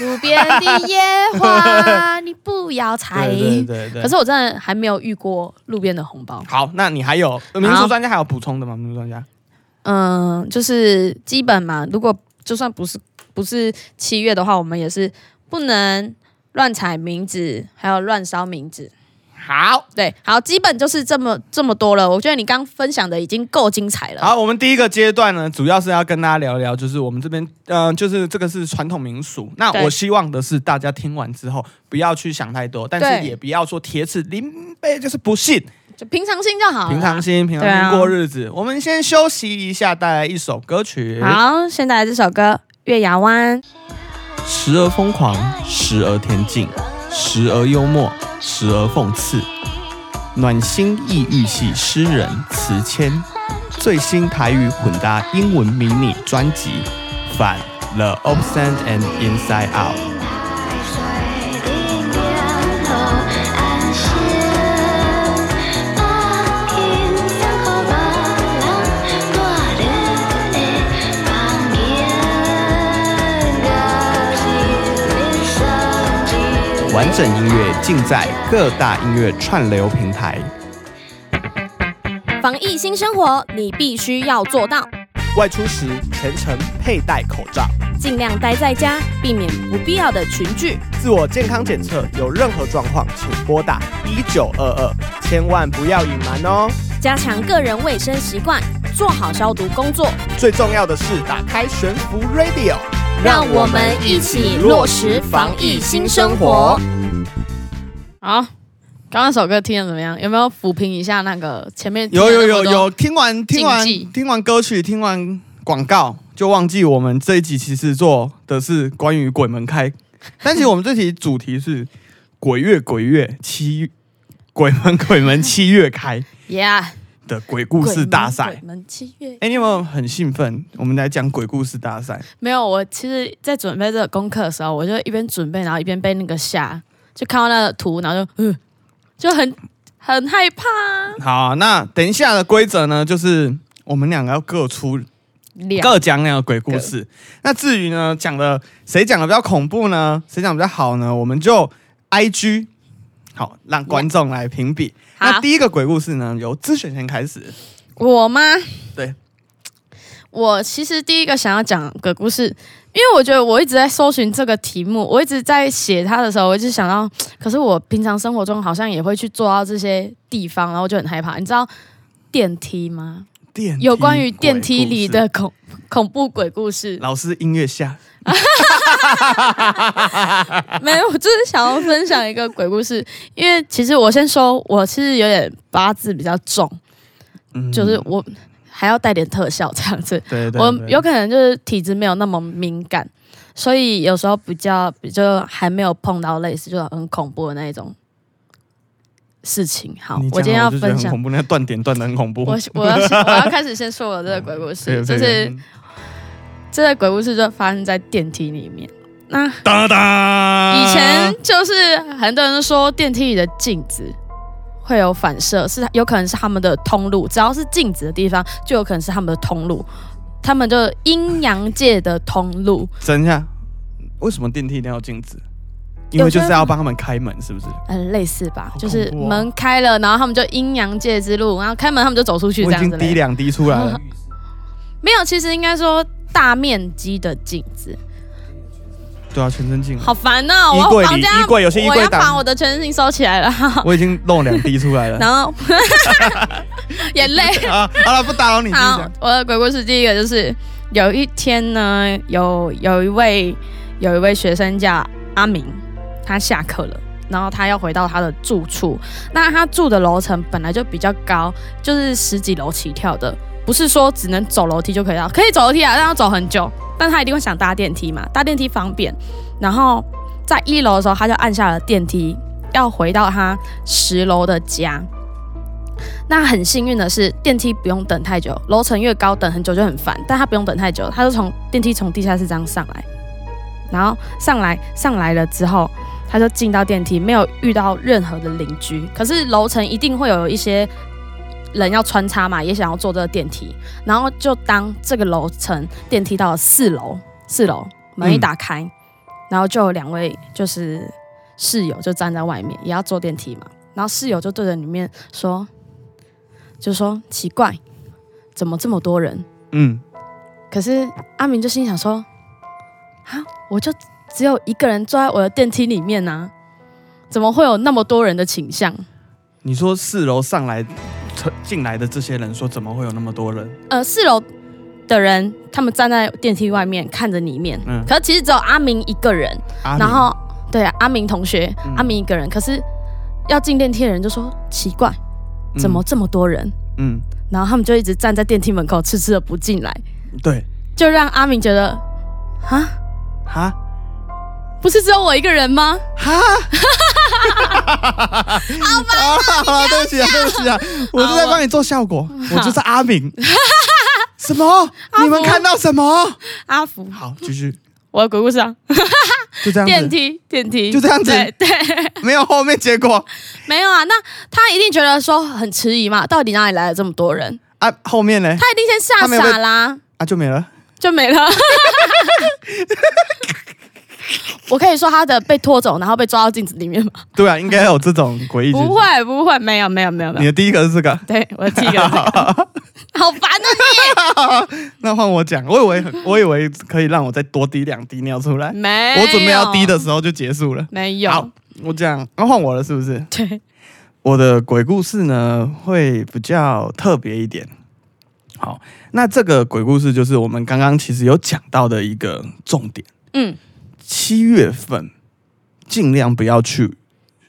B: 路边的野花你不要采。
A: 对对对
B: 哎可
A: 对。
B: 是我真的还没有遇过路边的红包。
A: 好，那你还有呃民俗专家还有补充的吗？民俗专家，
B: 嗯，就是基本嘛。如果就算不是不是七月的话，我们也是不能乱采名字，还有乱烧名字。
A: 好，
B: 对，好，基本就是这么这么多了。我觉得你刚分享的已经够精彩了。
A: 好，我们第一个阶段呢，主要是要跟大家聊聊，就是我们这边，呃，就是这个是传统民俗。那
B: 对
A: 我希望的是，大家听完之后不要去想太多，但
B: 对
A: 是也不要说铁齿林杯就是不信，
B: 就平常心就好了。
A: 平常心，平常
B: 对啊
A: 心过日子。我们先休息一下，带来一首歌曲。
B: 好，现在这首歌《月牙湾》。
A: 时而疯狂，时而恬静，时而幽默，时而讽刺。暖心抑郁系诗人词谦最新台语混搭英文迷你专辑《反了 Obscene and Inside Out。
D: 水滴点落，安歇吧，轻松好吧，让我的旁边的心里上进。
A: 完整音乐尽在各大音乐串流平台。
B: 防疫新生活，你必须要做到，
A: 外出时全程佩戴口罩，
B: 尽量待在家，避免不必要的群聚。
A: 自我健康检测有任何状况，请拨打一九二二，千万不要隐瞒哦。
B: 加强个人卫生习惯，做好消毒工作，
A: 最重要的是打开悬浮 Radio，
B: 让我们一起落实防疫新生活。好，刚刚首歌听的怎么样？有没有抚平一下那个前面
A: 有有有有，听完听完
B: 禁忌
A: 听完歌曲，听完广告，就忘记我们这一集其实做的是关于鬼门开，但其实我们这集主题是鬼月鬼月七鬼门鬼门七月开
B: ？Yeah，
A: 的鬼故事大赛
B: 鬼。门七月
A: 哎、你有没有很兴奋？我们来讲鬼故事大赛。
B: 没有，我其实，在准备这个功课的时候，我就一边准备，然后一边被那个吓，就看到那个图，然后就嗯，就很很害怕啊。
A: 好啊、那等一下的规则呢，就是我们两个要各出
B: 两
A: 各讲两个鬼故事。那至于呢，讲的谁讲的比较恐怖呢？谁讲得比较好呢？我们就 I G 好让观众来评比。
B: 好
A: 那第一个鬼故事呢，由咨询先开始。
B: 我吗？
A: 对，
B: 我其实第一个想要讲个故事，因为我觉得我一直在搜寻这个题目，我一直在写它的时候，我就想到，可是我平常生活中好像也会去做到这些地方，然后我就很害怕。你知道电梯吗？
A: [LAUGHS] 电梯
B: 有关于电梯里
A: 鬼
B: 的恐恐怖鬼故事
A: [LAUGHS] 故事，老师音乐下，啊
B: 没有，我就是想要分享一个鬼故事，因为其实我先说，我其实有点八字比较重，
A: 嗯
B: 就是我还要带点特效这样子，
A: 对对对，
B: 我有可能就是体质没有那么敏感，所以有时候比较比较还没有碰到类似就很恐怖的那一种事情。好
A: 你，
B: 我今天
A: 讲
B: 要
A: 了就觉得
B: 分
A: 很
B: 享，
A: 恐怖，那断点断的很恐怖。
B: 我我要先我要开始先说我这个鬼故
A: [LAUGHS] 对
B: 事，
A: 对
B: 就是
A: 对
B: 这个鬼故事就发生在电梯里面。那
A: 哒哒，
B: 以前就是很多人都说电梯里的镜子会有反射，是有可能是他们的通路，只要是镜子的地方，就有可能是他们的通路，他们就阴阳界的通路。
A: 等一下，为什么电梯一定要禁止？因为就是要帮他们开门，是不是？
B: 嗯，类似吧，
A: 好
B: 就是
A: 恐怖哦
B: 门开了，然后他们就阴阳界之路，然后开门他们就走出去这
A: 我已
B: 样
A: 经
B: 子
A: 滴
B: 嘞。
A: 两滴出来了。
B: 没有，其实应该说大面积的镜子，
A: [LAUGHS] 对啊，全身镜。
B: [LAUGHS] 好烦哦！
A: 衣
B: 我
A: 柜
B: 要房
A: 里
B: 间
A: 衣柜有些衣柜
B: 我要
A: 挡
B: 把我的全身收起 [LAUGHS] 来了，
A: 我已经漏两滴出
B: [LAUGHS]
A: 来了。
B: 然后眼泪。
A: 啊，好了，不打扰你，继续
B: 好
A: 讲。，
B: 我的鬼故事第一个就是有一天呢，有有一位有一位学生叫阿明，他下课了。然后他要回到他的住处，那他住的楼层本来就比较高，就是十几楼起跳的，不是说只能走楼梯就可以到，可以走楼梯啊，但要走很久。但他一定会想搭电梯嘛，搭电梯方便。然后在一楼的时候，他就按下了电梯，要回到他十楼的家。那很幸运的是，电梯不用等太久，楼层越高等很久就很烦，但他不用等太久，他就从电梯从地下室这样上来，然后上来上来了之后，他就进到电梯，没有遇到任何的邻居。可是楼层一定会有一些人要穿插嘛，也想要坐这个电梯，然后就当这个楼层电梯到了四楼，四楼门一
A: 嗯
B: 打开，然后就有两位就是室友就站在外面，也要坐电梯嘛。然后室友就对着里面说，就说奇怪，怎么这么多人？
A: 嗯，
B: 可是阿明就心想说，啊，我就只有一个人坐在我的电梯里面呢、怎么会有那么多人的倾向？
A: 你说四楼上来进来的这些人，说怎么会有那么多人？
B: 呃，四楼的人他们站在电梯外面看着里面，
A: 嗯，
B: 可是其实只有阿明一个人。
A: 阿明
B: 然后对阿明同学，
A: 嗯
B: 阿明一个人，可是要进电梯的人就说奇怪，怎么？这么多人？
A: 嗯，
B: 然后他们就一直站在电梯门口，迟迟的不进来，
A: 嗯对，
B: 就让阿明觉得，啊，
A: 哈
B: 不是只有我一个人吗？
A: 哈。好吧，好了，对不起啊，对不起啊，我就在帮你做效果，我就是阿明，什么？
B: 阿福
A: 你们看到什么？
B: 阿福，
A: 好，继续，
B: 我的鬼故事啊，
A: 就这样
B: 电
A: 子，
B: 梯，电梯，
A: 就这样子
B: 对对， [LAUGHS]
A: 没有后面结果
B: 没有啊。那他一定觉得说很迟疑嘛，到底哪里来了这么多人？
A: 啊，后面呢？
B: 他一定先吓
A: 他没有被
B: 傻啦，
A: 啊，就没了。
B: 就
A: [LAUGHS]
B: 没了。我可以说他的被拖走，然后被抓到镜子里面吗？
A: 对啊，应该有这种诡异。
B: 不，会，不会，没有，没有，没有，没
A: 你
B: 有。
A: 的第一个是这个，
B: 对，我记
A: [LAUGHS]
B: 得，好烦啊！
A: 那换我讲。我以为很我以为可以让我再多滴两滴尿出来，
B: 没有，
A: 我准备要滴的时候就结束了。
B: 没
A: 好
B: 有，，
A: 我讲，那换我了是不是？
B: 对，
A: 我的鬼故事呢会比较特别一点。好，那这个鬼故事就是我们刚刚其实有讲到的一个重点，
B: 嗯，
A: 七月份尽量不要去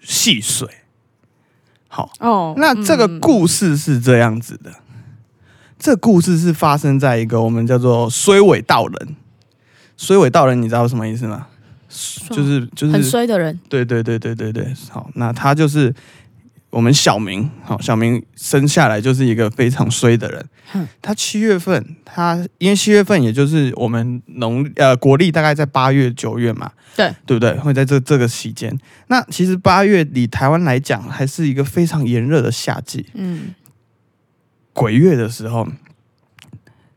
A: 戏水。好，
B: 哦，
A: 那这个
B: 嗯
A: 故事是这样子的，这故事是发生在一个我们叫做衰尾道人。衰尾道人，你知道什么意思吗？就是就是
B: 很衰的人，
A: 对对对对对对，好，那他就是我们小明，好，小明生下来就是一个非常衰的人。
B: 哼
A: 他七月份，他因为七月份也就是我们农呃国历大概在八月九月嘛，
B: 对
A: 对不对？会在这这个期间。那其实八月以台湾来讲，还是一个非常炎热的夏季。
B: 嗯
A: 鬼月的时候，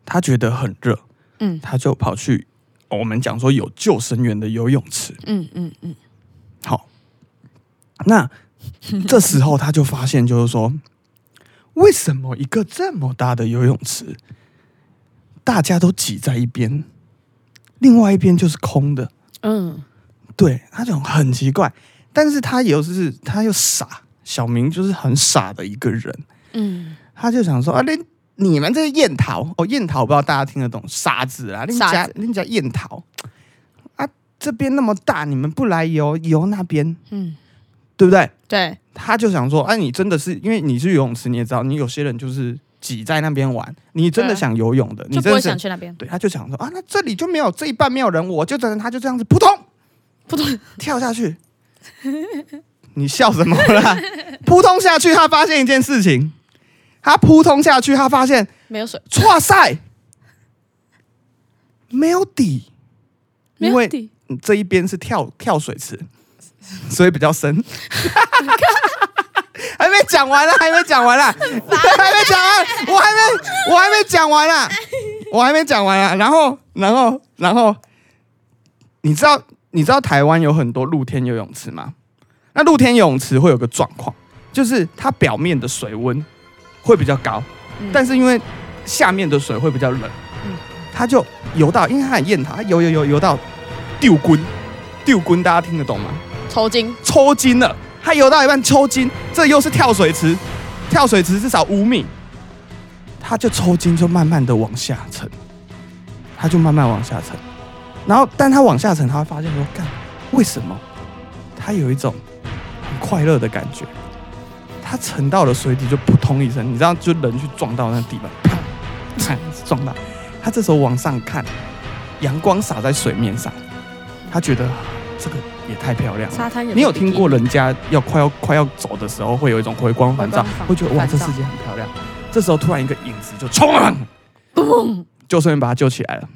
A: 他觉得很热，
B: 嗯
A: 他就跑去哦我们讲说有救生员的游泳池。
B: 嗯嗯嗯，
A: 好，那这时候他就发现，就是说，为什么一个这么大的游泳池，大家都挤在一边，另外一边就是空的？
B: 嗯，
A: 对，他就很奇怪，但是他又是他又傻，小明就是很傻的一个人，
B: 嗯，
A: 他就想说啊，你你们这些燕桃哦，燕桃不知道大家听得懂沙子啊，你们
B: 沙
A: 家
B: 子
A: 你们家燕桃啊，这边那么大，你们不来游游那边，
B: 嗯，
A: 对不对？
B: 对，
A: 他就想说，哎、你真的是因为你是游泳池，你也知道，你有些人就是挤在那边玩，你真的
B: 对啊
A: 想游泳的，你
B: 就不
A: 真的
B: 会
A: 是
B: 想去那边，
A: 对，他就想说啊，那这里就没有这一半没有人，我就真的他就这样子扑通
B: [LAUGHS] 扑通
A: 跳下去， [LAUGHS] 你笑什么啦？扑通下去，他发现一件事情，他扑通下去，他发现
B: 没有水，
A: 哇塞，没有底，
B: 没
A: 因为
B: 有底，
A: 嗯这一边是跳跳水池，所以比较深。 [LAUGHS] 还没讲完了，啊还没讲完了，还没讲完，我还没，我还没讲完啊，我还没讲完啊。然后，然后，然后，你知道，你知道台湾有很多露天游泳池吗？那露天游泳池会有个状况，就是它表面的水温会比较高，
B: 嗯
A: 但是因为下面的水会比较冷，
B: 嗯
A: 他就游到，因为他很厌它，他游游游游到丢棍，丢棍大家听得懂吗？
B: 抽筋，
A: 抽筋了，他游到一半抽筋，这又是跳水池，跳水池至少五米，他就抽筋，就慢慢的往下沉，他就慢慢往下沉，然后但他往下沉，他会发现说，干，为什么？他有一种很快乐的感觉，他沉到了水底就扑通一声，你知道，就人去撞到那地板，啪， [LAUGHS] 啪撞到，他这时候往上看，阳光洒在水面上，他觉得啊这个也太漂亮了。
B: 沙滩有，
A: 你有听过？人家要快要快要走的时候，会有一种回光返照
B: 回光，返
A: 会觉得哇，
B: 返
A: 这
B: 照
A: 世界很漂亮。这时候突然一个影子就冲了，救生员把他救起来了。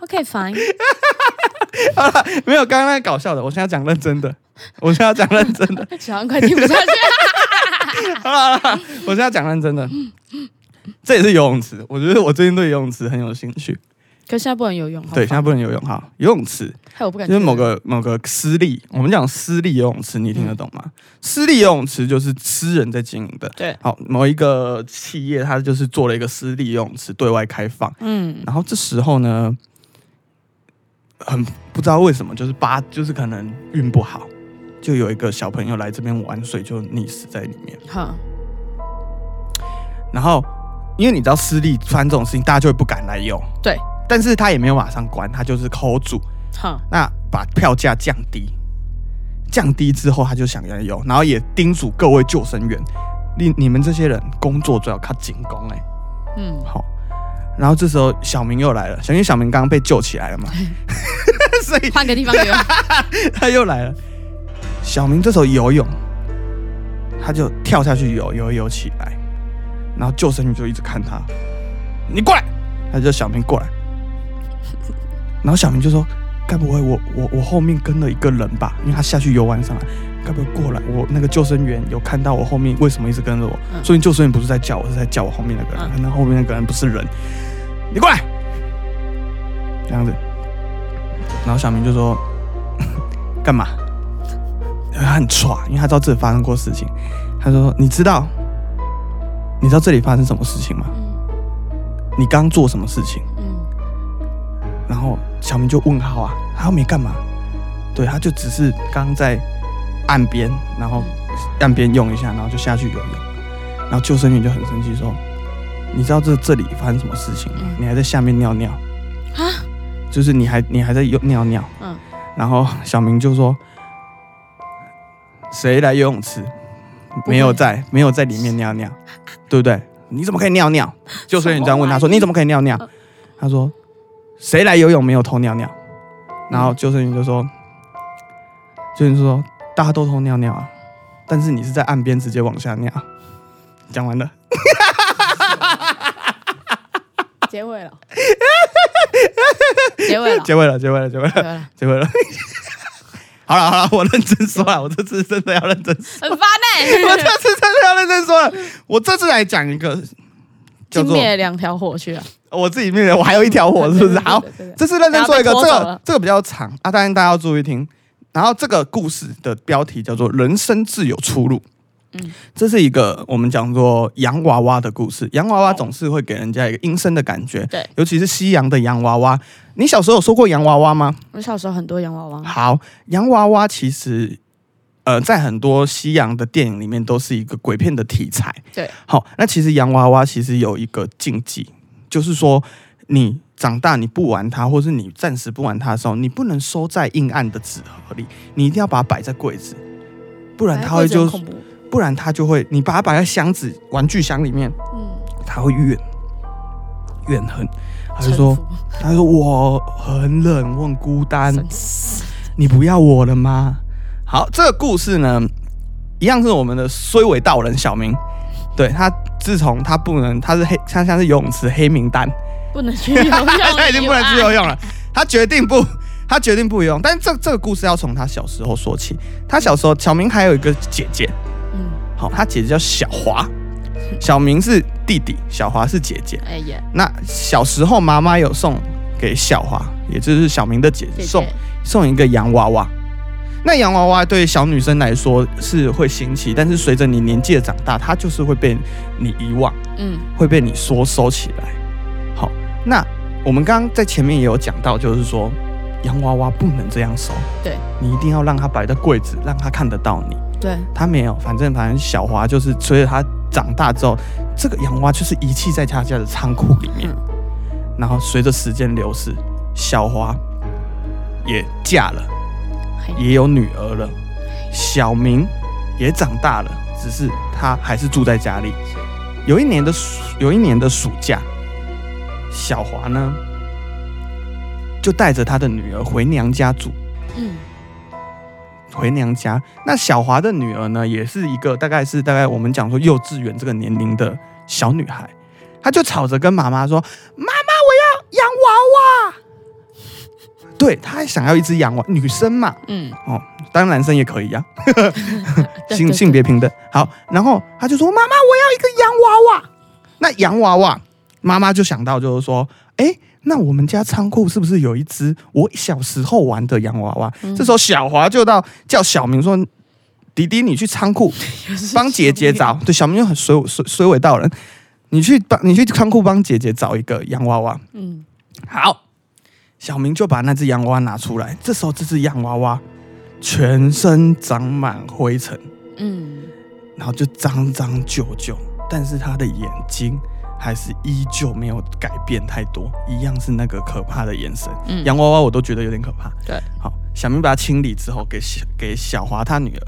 B: OK [LAUGHS] fine，
A: 没有，刚刚那搞笑的，我现在讲认真的，我现在讲认真
B: [LAUGHS]
A: 的，
B: 小杨快听不下去了，
A: 好了好了，我现在讲认真的。这也是游泳池，我觉得我最近对游泳池很有兴趣。
B: 可是现在不能游泳，好
A: 对，现
B: 烦
A: 在不能游泳哈，游泳池
B: 害我不敢去
A: 就
B: 游
A: 是某
B: 泳，
A: 个某个私立，我们讲私立游泳池，你听得懂吗？
B: 嗯
A: 私立游泳池就是私人在经营的，
B: 对，
A: 好，某一个企业它就是做了一个私立游泳池对外开放，
B: 嗯
A: 然后这时候呢，很不知道为什么，就是八就是可能运不好，就有一个小朋友来这边玩水就溺死在里面。
B: 好，
A: 然后因为你知道私立发生这种事情，大家就会不敢来游，
B: 对，
A: 但是他也没有马上关，他就是扣住，
B: 好，
A: 那把票价降低，降低之后他就想要游，然后也叮嘱各位救生员，你你们这些人工作最好靠紧工哎、
B: 嗯，
A: 好，然后这时候小明又来了，小明小明刚刚被救起来了嘛， [LAUGHS] 所以
B: 换个地方
A: [LAUGHS]
B: 游泳，
A: 他又来了。小明这时候游泳，他就跳下去游游游起来，然后救生员就一直看他，你过来，他就叫小明过来，然后小明就说，该不会我我我后面跟了一个人吧？因为他下去游玩上来，该不会过来？我那个救生员有看到我后面为什么一直跟着我？
B: 嗯
A: 所以救生员不是在叫我，是在叫我后面那个人，那、后面那个人不是人，你过来，这样子，然后小明就说，干嘛？因为他很抓，因为他知道这里发生过事情。他说：“你知道，你知道这里发生什么事情吗？
B: 嗯
A: 你刚做什么事情
B: 嗯？”
A: 然后小明就问号啊，他又没干嘛，对，他就只是刚在岸边，然后岸边用一下，然后就下去游泳。然后救生员就很生气说：“你知道这这里发生什么事情吗？
B: 嗯
A: 你还在下面尿尿
B: 啊？
A: 就是你还你还在游尿尿。”
B: 嗯，
A: 然后小明就说：“谁来游泳池？
B: 会
A: 没有在，没有在里面尿尿，对不对？你怎么可以尿尿？”救生员这样问他说：“
B: 什么玩意
A: 你怎么可以尿尿
B: 呃？”
A: 他说：“谁来游泳没有偷尿尿？”然后救生员就说：“救生员就说大家都偷尿尿啊，但是你是在岸边直接往下尿。”讲完
B: [LAUGHS]
A: 了，
B: 结尾
A: [LAUGHS]
B: 了，结尾了，
A: 结尾了，结尾了，结尾
B: 结尾
A: 了，
B: 了，
A: 结尾了。 [LAUGHS] 好了好了，我认真说啊了，我这次真的要认真说
B: 很烦欸呢、
A: 我这次真的要认真说了，我这次来讲一个 [LAUGHS] 叫
B: 就
A: 做
B: 灭两条火去了，
A: 我自己灭了，我还有一条火，是不是？好
B: 嗯对，对对对
A: 这次认真说一个，这
B: 不要被拖走
A: 个
B: 了
A: 这个比较长啊，当然大家要注意听。然后这个故事的标题叫做《人生自有出路》。
B: 嗯
A: 这是一个我们讲做洋娃娃的故事。洋娃娃总是会给人家一个阴森的感觉，
B: 哦对，
A: 尤其是西洋的洋娃娃。你小时候有说过洋娃娃吗？
B: 我小时候很多洋娃娃，
A: 好，洋娃娃其实，呃，在很多西洋的电影里面都是一个鬼片的题材。
B: 对，
A: 好，那其实洋娃娃其实有一个禁忌，就是说你长大你不玩它，或是你暂时不玩它的时候，你不能收在阴暗的纸盒里，你一定要把它摆在柜子，不然它会
B: 哎柜子
A: 就
B: 很恐怖，
A: 不然它就会，你把它摆在箱子、玩具箱里面，
B: 嗯，
A: 它会怨怨恨，它就
B: 臣
A: 说
B: 服，
A: 它就说我很冷，我很孤单，
B: 神死
A: 你不要我了吗？好，这个故事呢，一样是我们的衰尾道人小明，对他自从他不能，他是黑，他像是游泳池黑名单，
B: [LAUGHS] 不能去游泳，
A: [LAUGHS] 他已经不能去游
B: 泳，
A: 泳了，他决定不，他决定不游泳。但是这这个故事要从他小时候说起，他小时候小明还有一个姐姐，
B: 嗯，
A: 好，他姐姐叫小 [LAUGHS] 华，小明是弟弟，小华是姐姐。
B: 哎呀，
A: 那小时候妈妈有送给小华，也就是小明的姐姐
B: 姐姐
A: 送送一个洋娃娃。那洋娃娃对小女生来说是会新奇，但是随着你年纪的长大，它就是会被你遗忘，
B: 嗯，
A: 会被你说收起来。好，那我们刚刚在前面也有讲到，就是说洋娃娃不能这样收，
B: 对
A: 你一定要让它摆在柜子，让它看得到你。
B: 对，
A: 他没有，反正反正小华就是随着他长大之后，这个洋娃娃就是遗弃在他家的仓库里面。
B: 嗯
A: 然后随着时间流逝，小华也嫁了，
B: 嘿
A: 也有女儿了，小明也长大了，只是他还是住在家里。有一年的暑，有一年的暑假，小华呢就带着他的女儿回娘家住。
B: 嗯，
A: 回娘家。那小华的女儿呢，也是一个大概是大概我们讲说幼稚园这个年龄的小女孩，她就吵着跟妈妈说：“妈妈，我要洋娃娃。”对，她还想要一只洋娃，女生嘛，
B: 嗯，
A: 当然男生也可以呀、啊，
B: 对
A: 性
B: 对
A: 性别平等。好，然后她就说：“妈妈，我要一个洋娃娃。”那洋娃娃，妈妈就想到就是说，哎。那我们家仓库是不是有一只我小时候玩的洋娃娃？
B: 嗯
A: 这时候小华就到叫小明说：“弟弟，你去仓
B: [LAUGHS]
A: 库帮姐姐找。”对，小明就很随随随尾道人，你去帮你去仓库帮姐姐找一个洋娃娃。
B: 嗯，
A: 好，小明就把那只洋娃娃拿出来。这时候，这只洋娃娃全身长满灰尘，
B: 嗯，
A: 然后就脏脏旧旧，但是他的眼睛还是依旧没有改变太多，一样是那个可怕的眼神。
B: 嗯
A: 洋娃娃我都觉得有点可怕。
B: 对，
A: 好，小明把它清理之后，给小给小华他女儿，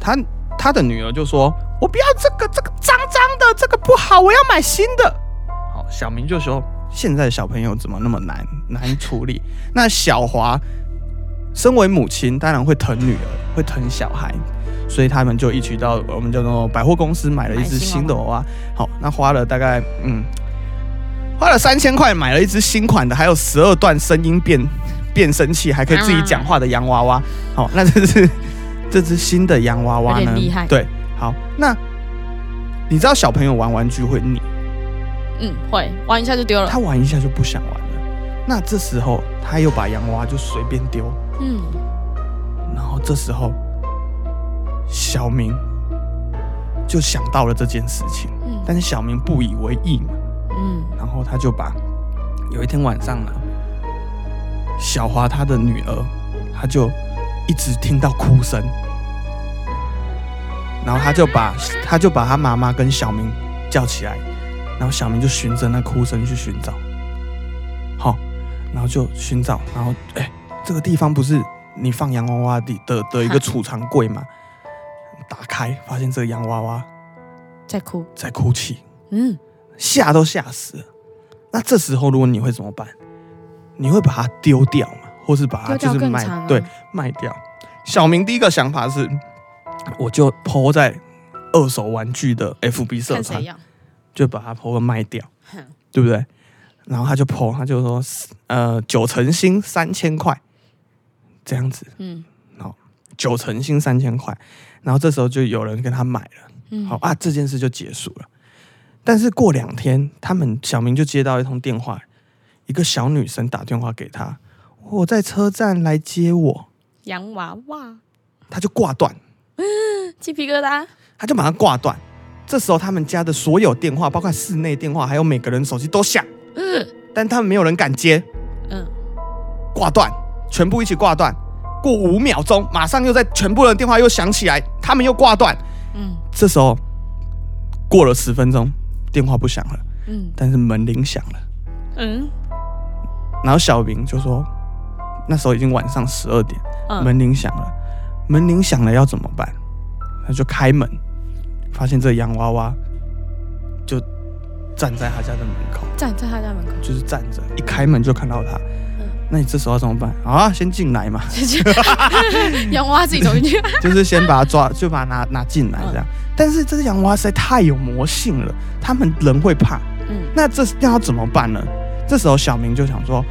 A: 他他的女儿就说：“我不要这个，这个脏脏的，这个不好，我要买新的。”好，小明 [LAUGHS] 就说：“现在小朋友怎么那么难难处理？”那小华身为母亲，当然会疼女儿，会疼小孩，所以他们就一起到我们叫做百货公司买了一只
B: 买新
A: 新的娃娃。好，那花了大概嗯，花了三千块买了一只新款的，还有十二段声音变变声器，还可以自己讲话的洋娃娃。好，那这是这只新的洋娃娃
B: 嗯有
A: 呢
B: 点厉害？
A: 对，好，那你知道小朋友玩玩具会腻，
B: 嗯，会玩一下就丢了。
A: 他玩一下就不想玩了。那这时候他又把洋娃娃就随便丢，
B: 嗯，
A: 然后这时候，小明就想到了这件事情，
B: 嗯
A: 但是小明不以为意嘛，
B: 嗯，
A: 然后他就把有一天晚上呢，小华他的女儿，他就一直听到哭声，然后他就把他就把他妈妈跟小明叫起来，然后小明就循着那哭声去寻找，好、然后就寻找，然后哎，这个地方不是你放洋娃娃的的的一个储藏柜吗？打开发现这个洋娃娃
B: 在哭。
A: 在哭泣。 [LAUGHS]
B: 嗯，
A: 吓都吓死了。那这时候如果你会怎么办？你会把它丢掉吗？或是把它
B: 丢掉
A: 就是
B: 更
A: 卖、
B: 惨啊
A: 对卖掉？小明第一个想法是，我就抛在二手玩具的 FB 社
B: 看谁
A: 团，
B: 要。
A: 就把它抛个卖掉，
B: 哼
A: 对不对？然后他就抛，他就说，呃，九成新三千块，这样子，
B: 嗯
A: 九成新三千块。然后这时候就有人跟他买了。
B: 嗯，
A: 好，啊，这件事就结束了。但是过两天，他们小明就接到一通电话，一个小女生打电话给他，我在车站来接我，
B: 洋娃娃，
A: 他就挂断，
B: 鸡皮疙瘩。
A: 他就马上挂断。这时候他们家的所有电话，包括室内电话，还有每个人手机都响，
B: 嗯
A: 但他们没有人敢接，
B: 嗯，
A: 挂断，全部一起挂断。过五秒钟，马上又在全部人电话又响起来，他们又挂断。
B: 嗯
A: 这时候过了十分钟，电话不响了，
B: 嗯
A: 但是门铃响了。
B: 嗯
A: 然后小明就说，那时候已经晚上十二点，
B: 嗯，
A: 门铃响了，门铃响了要怎么办？他就开门，发现这洋娃娃就站在他家的门口，
B: 站在他家门口。
A: 就是站着，一开门就看到他。那你这时候要怎么办？好啊，先进来嘛，
B: [LAUGHS] 洋娃娃自己走进去。
A: 就是先把他抓，就把他拿拿进来这样。但是这只洋娃娃实在太有魔性了，他们人会怕。
B: 嗯
A: 那这要怎么办呢？这时候小明就想说，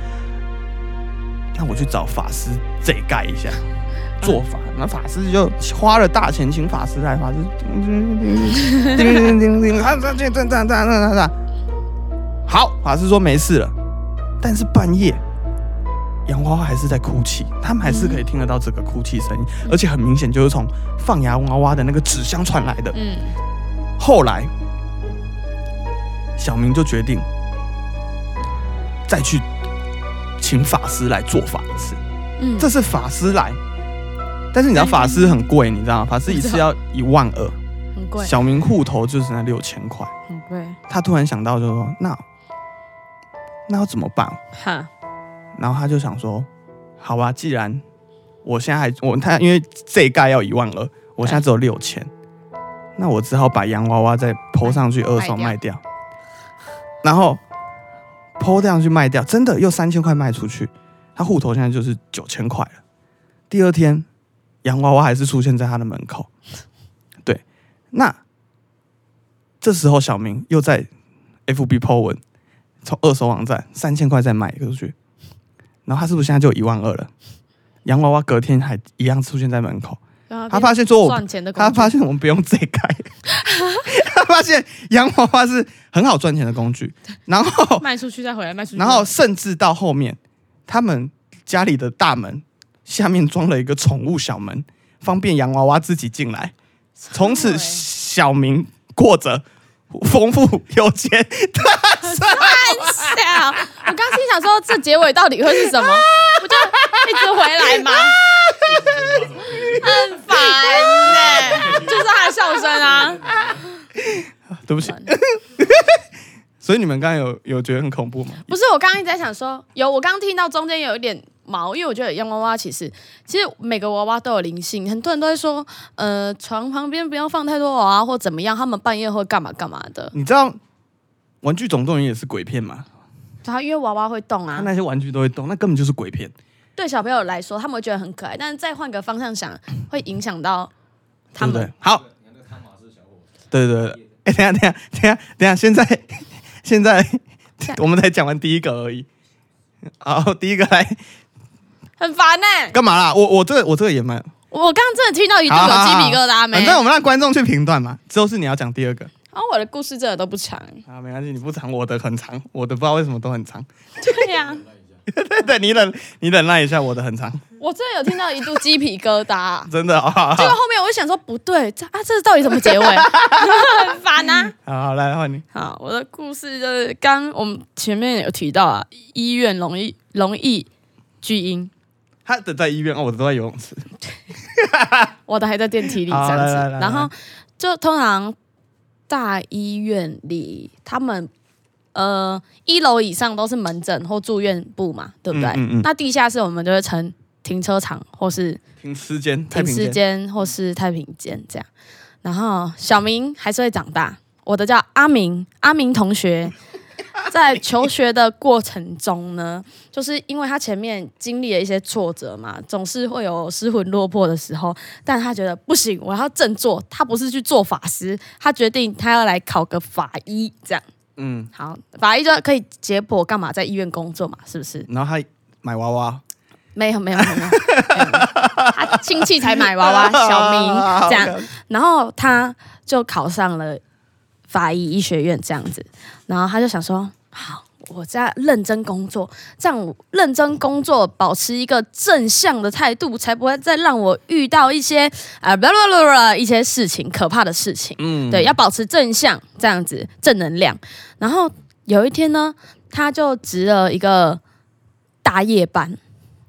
A: 那我去找法师这盖一下做法。那法师就花了大钱请法师来，法师叮叮叮叮叮叮叮，啊，这这这这这这，好，法师说没事了。但是半夜，洋娃娃还是在哭泣，他们还是可以听得到这个哭泣声音，而且很明显就是从放洋娃娃的那个纸箱传来的。
B: 嗯，
A: 后来，小明就决定再去请法师来做法一次。
B: 嗯
A: 这是法师来，但是你知道法师很贵，你知道吗？法师一次要一万二，
B: 很贵，
A: 小明户头就只剩六千块。
B: 很贵。
A: 他突然想到，就说：“那那要怎么办？”
B: 哈，
A: 然后他就想说：“好吧，既然我现在还我他因为这一盖要一万二，我现在只有六千，那我只好把洋娃娃再抛上去二手卖
B: 卖
A: 掉，然后抛上去卖掉，真的又三千块卖出去，他户头现在就是九千块了。第二天，洋娃娃还是出现在他的门口。对，那这时候小明又在 FB 抛文，从二手网站三千块再卖出去，然后他是不是现在就一万二了？洋娃娃隔天还一样出现在门口，
B: 然后
A: 他发现说我
B: 赚钱的工
A: 他
B: 具，
A: 发现我们不用这一开， [LAUGHS] 他发现洋娃娃是很好赚钱的工具，然后
B: 卖出去再回来，卖出去再
A: 然
B: 回来。
A: 后甚至到后面，他们家里的大门下面装了一个宠物小门，方便洋娃娃自己进来。从此，小明过着丰富有钱
B: 笑，我刚心想说这结尾到底会是什么，我就一直回来嘛，很烦呢、就是他的笑声啊，
A: [LAUGHS] 对不起，所以你们刚才有有觉得很恐怖吗？
B: 不是我刚刚一直在想说，有我刚刚听到中间有一点。毛，因为我觉得洋娃娃其实，其实每个娃娃都有灵性，很多人都会说，呃，床旁边不要放太多娃娃或怎么样，他们半夜会干嘛干嘛的。
A: 你知道《玩具总动员》也是鬼片吗？
B: 然后因为娃娃会动
A: 他
B: 啊，
A: 那些玩具都会动，那根本就是鬼片。
B: 对小朋友来说，他们会觉得很可爱，但是再换个方向想，会影响到他们。
A: 对不对好，
C: 你看那个汤马士小伙子，
A: 对对对，哎、等一下等一下等一下等一下，现在现在
B: 下
A: [LAUGHS] 我们才讲完第一个而已。好，第一个来
B: 很烦呢、
A: 干嘛啦？我我这个我这个也蛮，
B: 我刚刚真的听到一度有
A: 好好好
B: 鸡皮疙瘩
A: 反
B: 没？
A: 正我们让观众去评断嘛。之后是你要讲第二个，
B: 然后我的故事真的都不长。
A: 啊，没关系，你不长，我的很长，我的不知道为什么都很长。
B: 对呀、
A: 对 [LAUGHS] 对，你忍你忍耐一下，我的很长，
B: [LAUGHS] 我真的有听到一度鸡皮疙瘩。
A: 真 [LAUGHS] 的。好好
B: 结果
A: 好，
B: 后面我就想说，不对，这啊，这到底怎
A: [LAUGHS]
B: 么结尾？很烦啊！
A: 好好来换你。
B: 好，我的故事就是刚我们前面有提到啊，医院容易容易聚阴，
A: 他的在医院哦，我的都在游泳池。
B: [LAUGHS] 我的还在电梯里这
A: 好
B: 样子
A: 来来来，
B: 然后
A: 来
B: 就通常大医院里他们。呃，一楼以上都是门诊或住院部嘛，对不对？
A: 嗯嗯嗯
B: 那地下室我们就会称停车场或是
A: 停尸间，太
B: 停
A: 平
B: 尸
A: 间。
B: 间或是太平间这样。然后小明还是会长大，我的叫阿明，阿明同学。在求学的过程中呢，就是因为他前面经历了一些挫折嘛，总是会有失魂落魄的时候。但他觉得不行，我要振作。他不是去做法师，他决定他要来考个法医，这样
A: 嗯，
B: 好，法医就可以解剖干嘛，在医院工作嘛，是不是？
A: 然后他买娃娃，
B: 没有没有没有，没有 [LAUGHS] 他亲戚才买娃娃，小明这样。
A: 样。
B: 然后他就考上了法医医学院这样子，然后他就想说，好，我在认真工作，这样我认真工作，保持一个正向的态度，才不会再让我遇到一些啊，blah blah blah blah 一些事情，可怕的事情。
A: 嗯，
B: 对，要保持正向，这样子正能量。然后有一天呢，他就值了一个大夜班，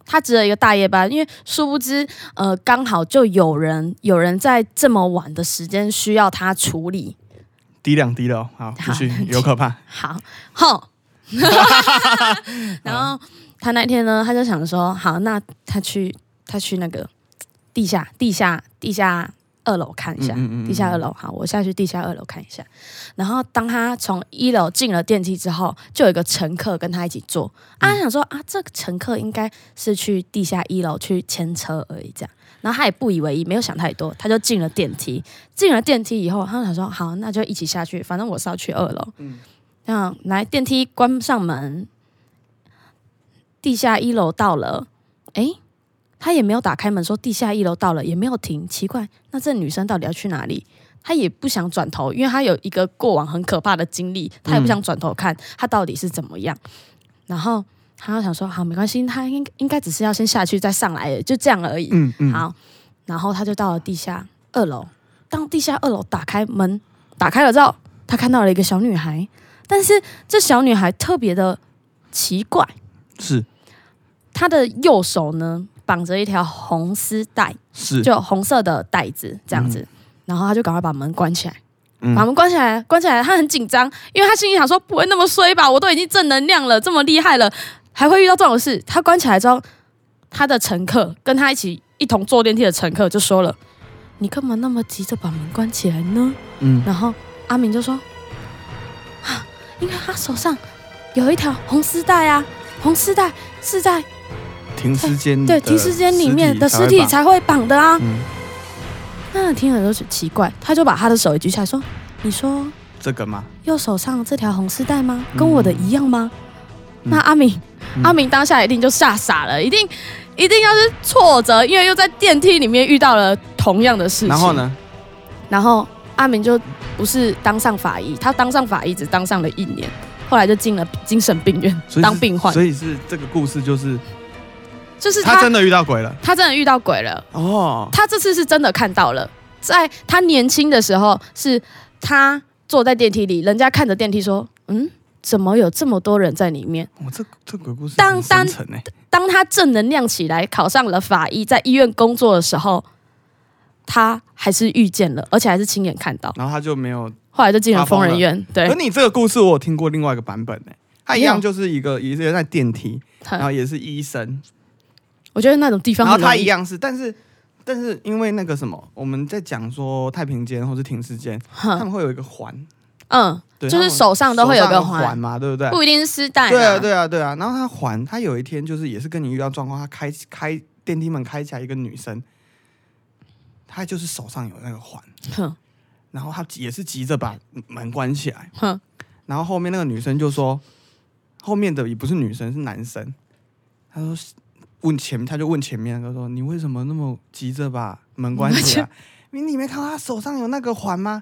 B: 他值了一个大夜班，因为殊不知，呃，刚好就有人有人在这么晚的时间需要他处理。
A: 低两低了哦，好，继续，有可怕。
B: 好，吼，然后他那天呢，他就想说，好，那他去他去那个地下地下地下二楼看一下，
A: 嗯嗯嗯嗯
B: 地下二楼，好，我下去地下二楼看一下。然后当他从一楼进了电梯之后，就有一个乘客跟他一起坐，
A: 嗯
B: 啊，他想说啊，这个乘客应该是去地下一楼去牵车而已，这样。然后他也不以为意，没有想太多，他就进了电梯。进了电梯以后，他想说好，那就一起下去，反正我是要去二楼。嗯，那来电梯关上门，地下一楼到了，诶，他也没有打开门说地下一楼到了，也没有停，奇怪，那这女生到底要去哪里？他也不想转头，因为他有一个过往很可怕的经历，他也不想转头看他到底是怎么样。然后他想说，好，没关系，他应应该只是要先下去再上来，就这样而已。
A: 嗯嗯，
B: 好，然后他就到了地下二楼。当地下二楼打开门，打开了之后，他看到了一个小女孩，但是这小女孩特别的奇怪，
A: 是
B: 她的右手呢绑着一条红丝带，
A: 是，
B: 就红色的带子这样子。然后他就赶快把门关起来，
A: 嗯
B: 把门关起来，关起来。他很紧张，因为他心里想说不会那么衰吧，我都已经正能量了，这么厉害了，还会遇到这种事。他关起来之后，他的乘客跟他一起一同坐电梯的乘客就说了：“你干嘛那么急着把门关起来呢？”
A: 嗯，
B: 然后阿明就说：“啊，因为他手上有一条红丝带啊，红丝带是在
A: 停尸间
B: 对
A: 的
B: 停尸间里面的嗯呃尸
A: 才
B: 体
A: 会把
B: 才会绑的啊。
A: 嗯，
B: 那听了就奇怪，他就把他的手也举起来说：“你说
A: 这个吗？
B: 右手上这条红丝带吗？
A: 嗯
B: 跟我的一样吗？”
A: 嗯
B: 那阿明，
A: 嗯
B: 阿明当下一定就吓傻了，一定一定要是挫折，因为又在电梯里面遇到了同样的事情。
A: 然后？呢？
B: 然后阿明就不是当上法医，他当上法医只当上了一年，后来就进了精神病院
A: 所以是
B: 当病患
A: 所，以是这个故事就是
B: 就是他
A: 他真的遇到鬼了
B: 他真的遇到鬼了。
A: 哦，
B: 他这次是真的看到了，在他年轻的时候，是他坐在电梯里，人家看着电梯说：“嗯，怎么有这么多人在里面
A: 我哦这这鬼故事
B: 当
A: 很深沉欸？”
B: 当他正能量起来，考上了法医，在医院工作的时候，他还是遇见了，而且还是亲眼看到。
A: 然后他就没有
B: 后来就进了
A: 发疯
B: 疯
A: 了
B: 人院，对
A: 可，你这个故事我有听过另外一个版本呢、欸他一
B: 没有嗯
A: 样就是一个也是在电梯，
B: 他
A: 然后也是医生，
B: 我觉得那种地方
A: 嗯然后
B: 很容易，
A: 他一样是，但是但是因为那个什么，我们在讲说太平间或是停尸间，他
B: 哼，
A: 们会有一个环，
B: 嗯，
A: 对，
B: 就是
A: 他们
B: 手上都会有
A: 手
B: 个
A: 环
B: 环，
A: 嘛，对不对？
B: 不一定是丝带、
A: 对啊，对啊，对啊。然后他还，他有一天就是也是跟你遇到状况，他开开电梯门开起来一个女生，她就是手上有那个环，
B: 哼
A: 然后他也是急着把门关起来，
B: 哼，
A: 然后后面那个女生就说，后面的也不是女生是男生，他说问前他就问前面，他说你为什么那么急着把门关起来？你你没看到他手上有那个环吗？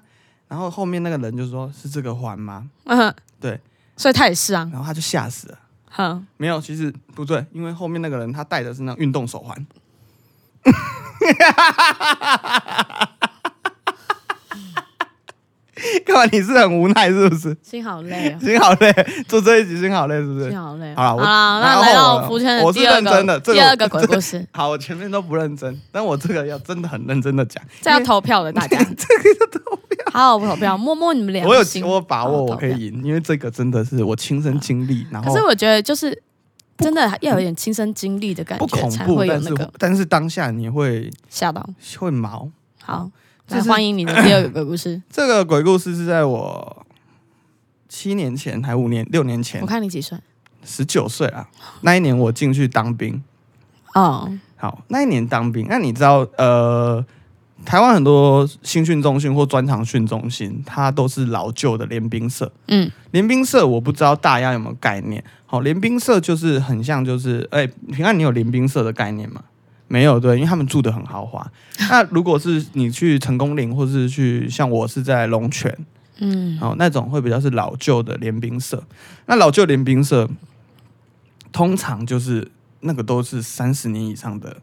A: 然后后面那个人就说是这个环吗？
B: 嗯，
A: 对，
B: 所以他也是啊，
A: 然后他就吓死了。
B: 哼，
A: 没有，其实不对，因为后面那个人他戴的是那种运动手环。 [LAUGHS] 干嘛？你是很无奈是不是？
B: 心好
A: [LAUGHS]
B: 累 [LAUGHS] 啊，
A: 心好累，做这一集心好累是不是
B: 心？好累啊。
A: 好啦我
B: 啦，
A: 然
B: 那
A: 后
B: 来到
A: 我
B: 福圈
A: 我是
B: 第二
A: 认真的 [LAUGHS] 这个
B: 个第
A: 我
B: 二个鬼故事，
A: 好，我前面都不认真，但我这个要真的很认真的讲，
B: 这要投票的
A: [LAUGHS]
B: 大家，这个投票，好，我不投票，摸摸你们良
A: 我有
B: 心
A: 我有把握
B: 好
A: 我
B: 投
A: 可
B: 票
A: 以赢，因为这个真的是我亲身经历，然
B: 可
A: 后
B: 是我觉得就是真的要有点亲身经历的感
A: 不
B: 觉，
A: 恐
B: 才
A: 怖，
B: 会有
A: 但
B: 那
A: 是
B: 个
A: 但是当下你会
B: 吓到。
A: 会毛。
B: 好，
A: 这
B: 来
A: 是
B: 欢迎你的第二个鬼故事。
A: [LAUGHS] 这个鬼故事是在我七年前还五年六年前
B: 我，看你几岁？
A: 十九岁啊，那一年我进去当兵。
B: 哦，
A: 好，那一年当兵，那你知道呃，台湾很多新训中心或专场训中心，它都是老旧的联兵社。
B: 嗯，
A: 联兵社我不知道大家有没有概念。好，联兵社就是很像就是，哎、平安，你有联兵社的概念吗？没有，对，因为他们住的很豪
B: [LAUGHS]
A: 华。那如果是你去成功岭，或是去像我是在龙泉，
B: 嗯，
A: 哦，那种会比较是老旧的联兵社。那老旧联兵社通常就是那个都是三十年以上的，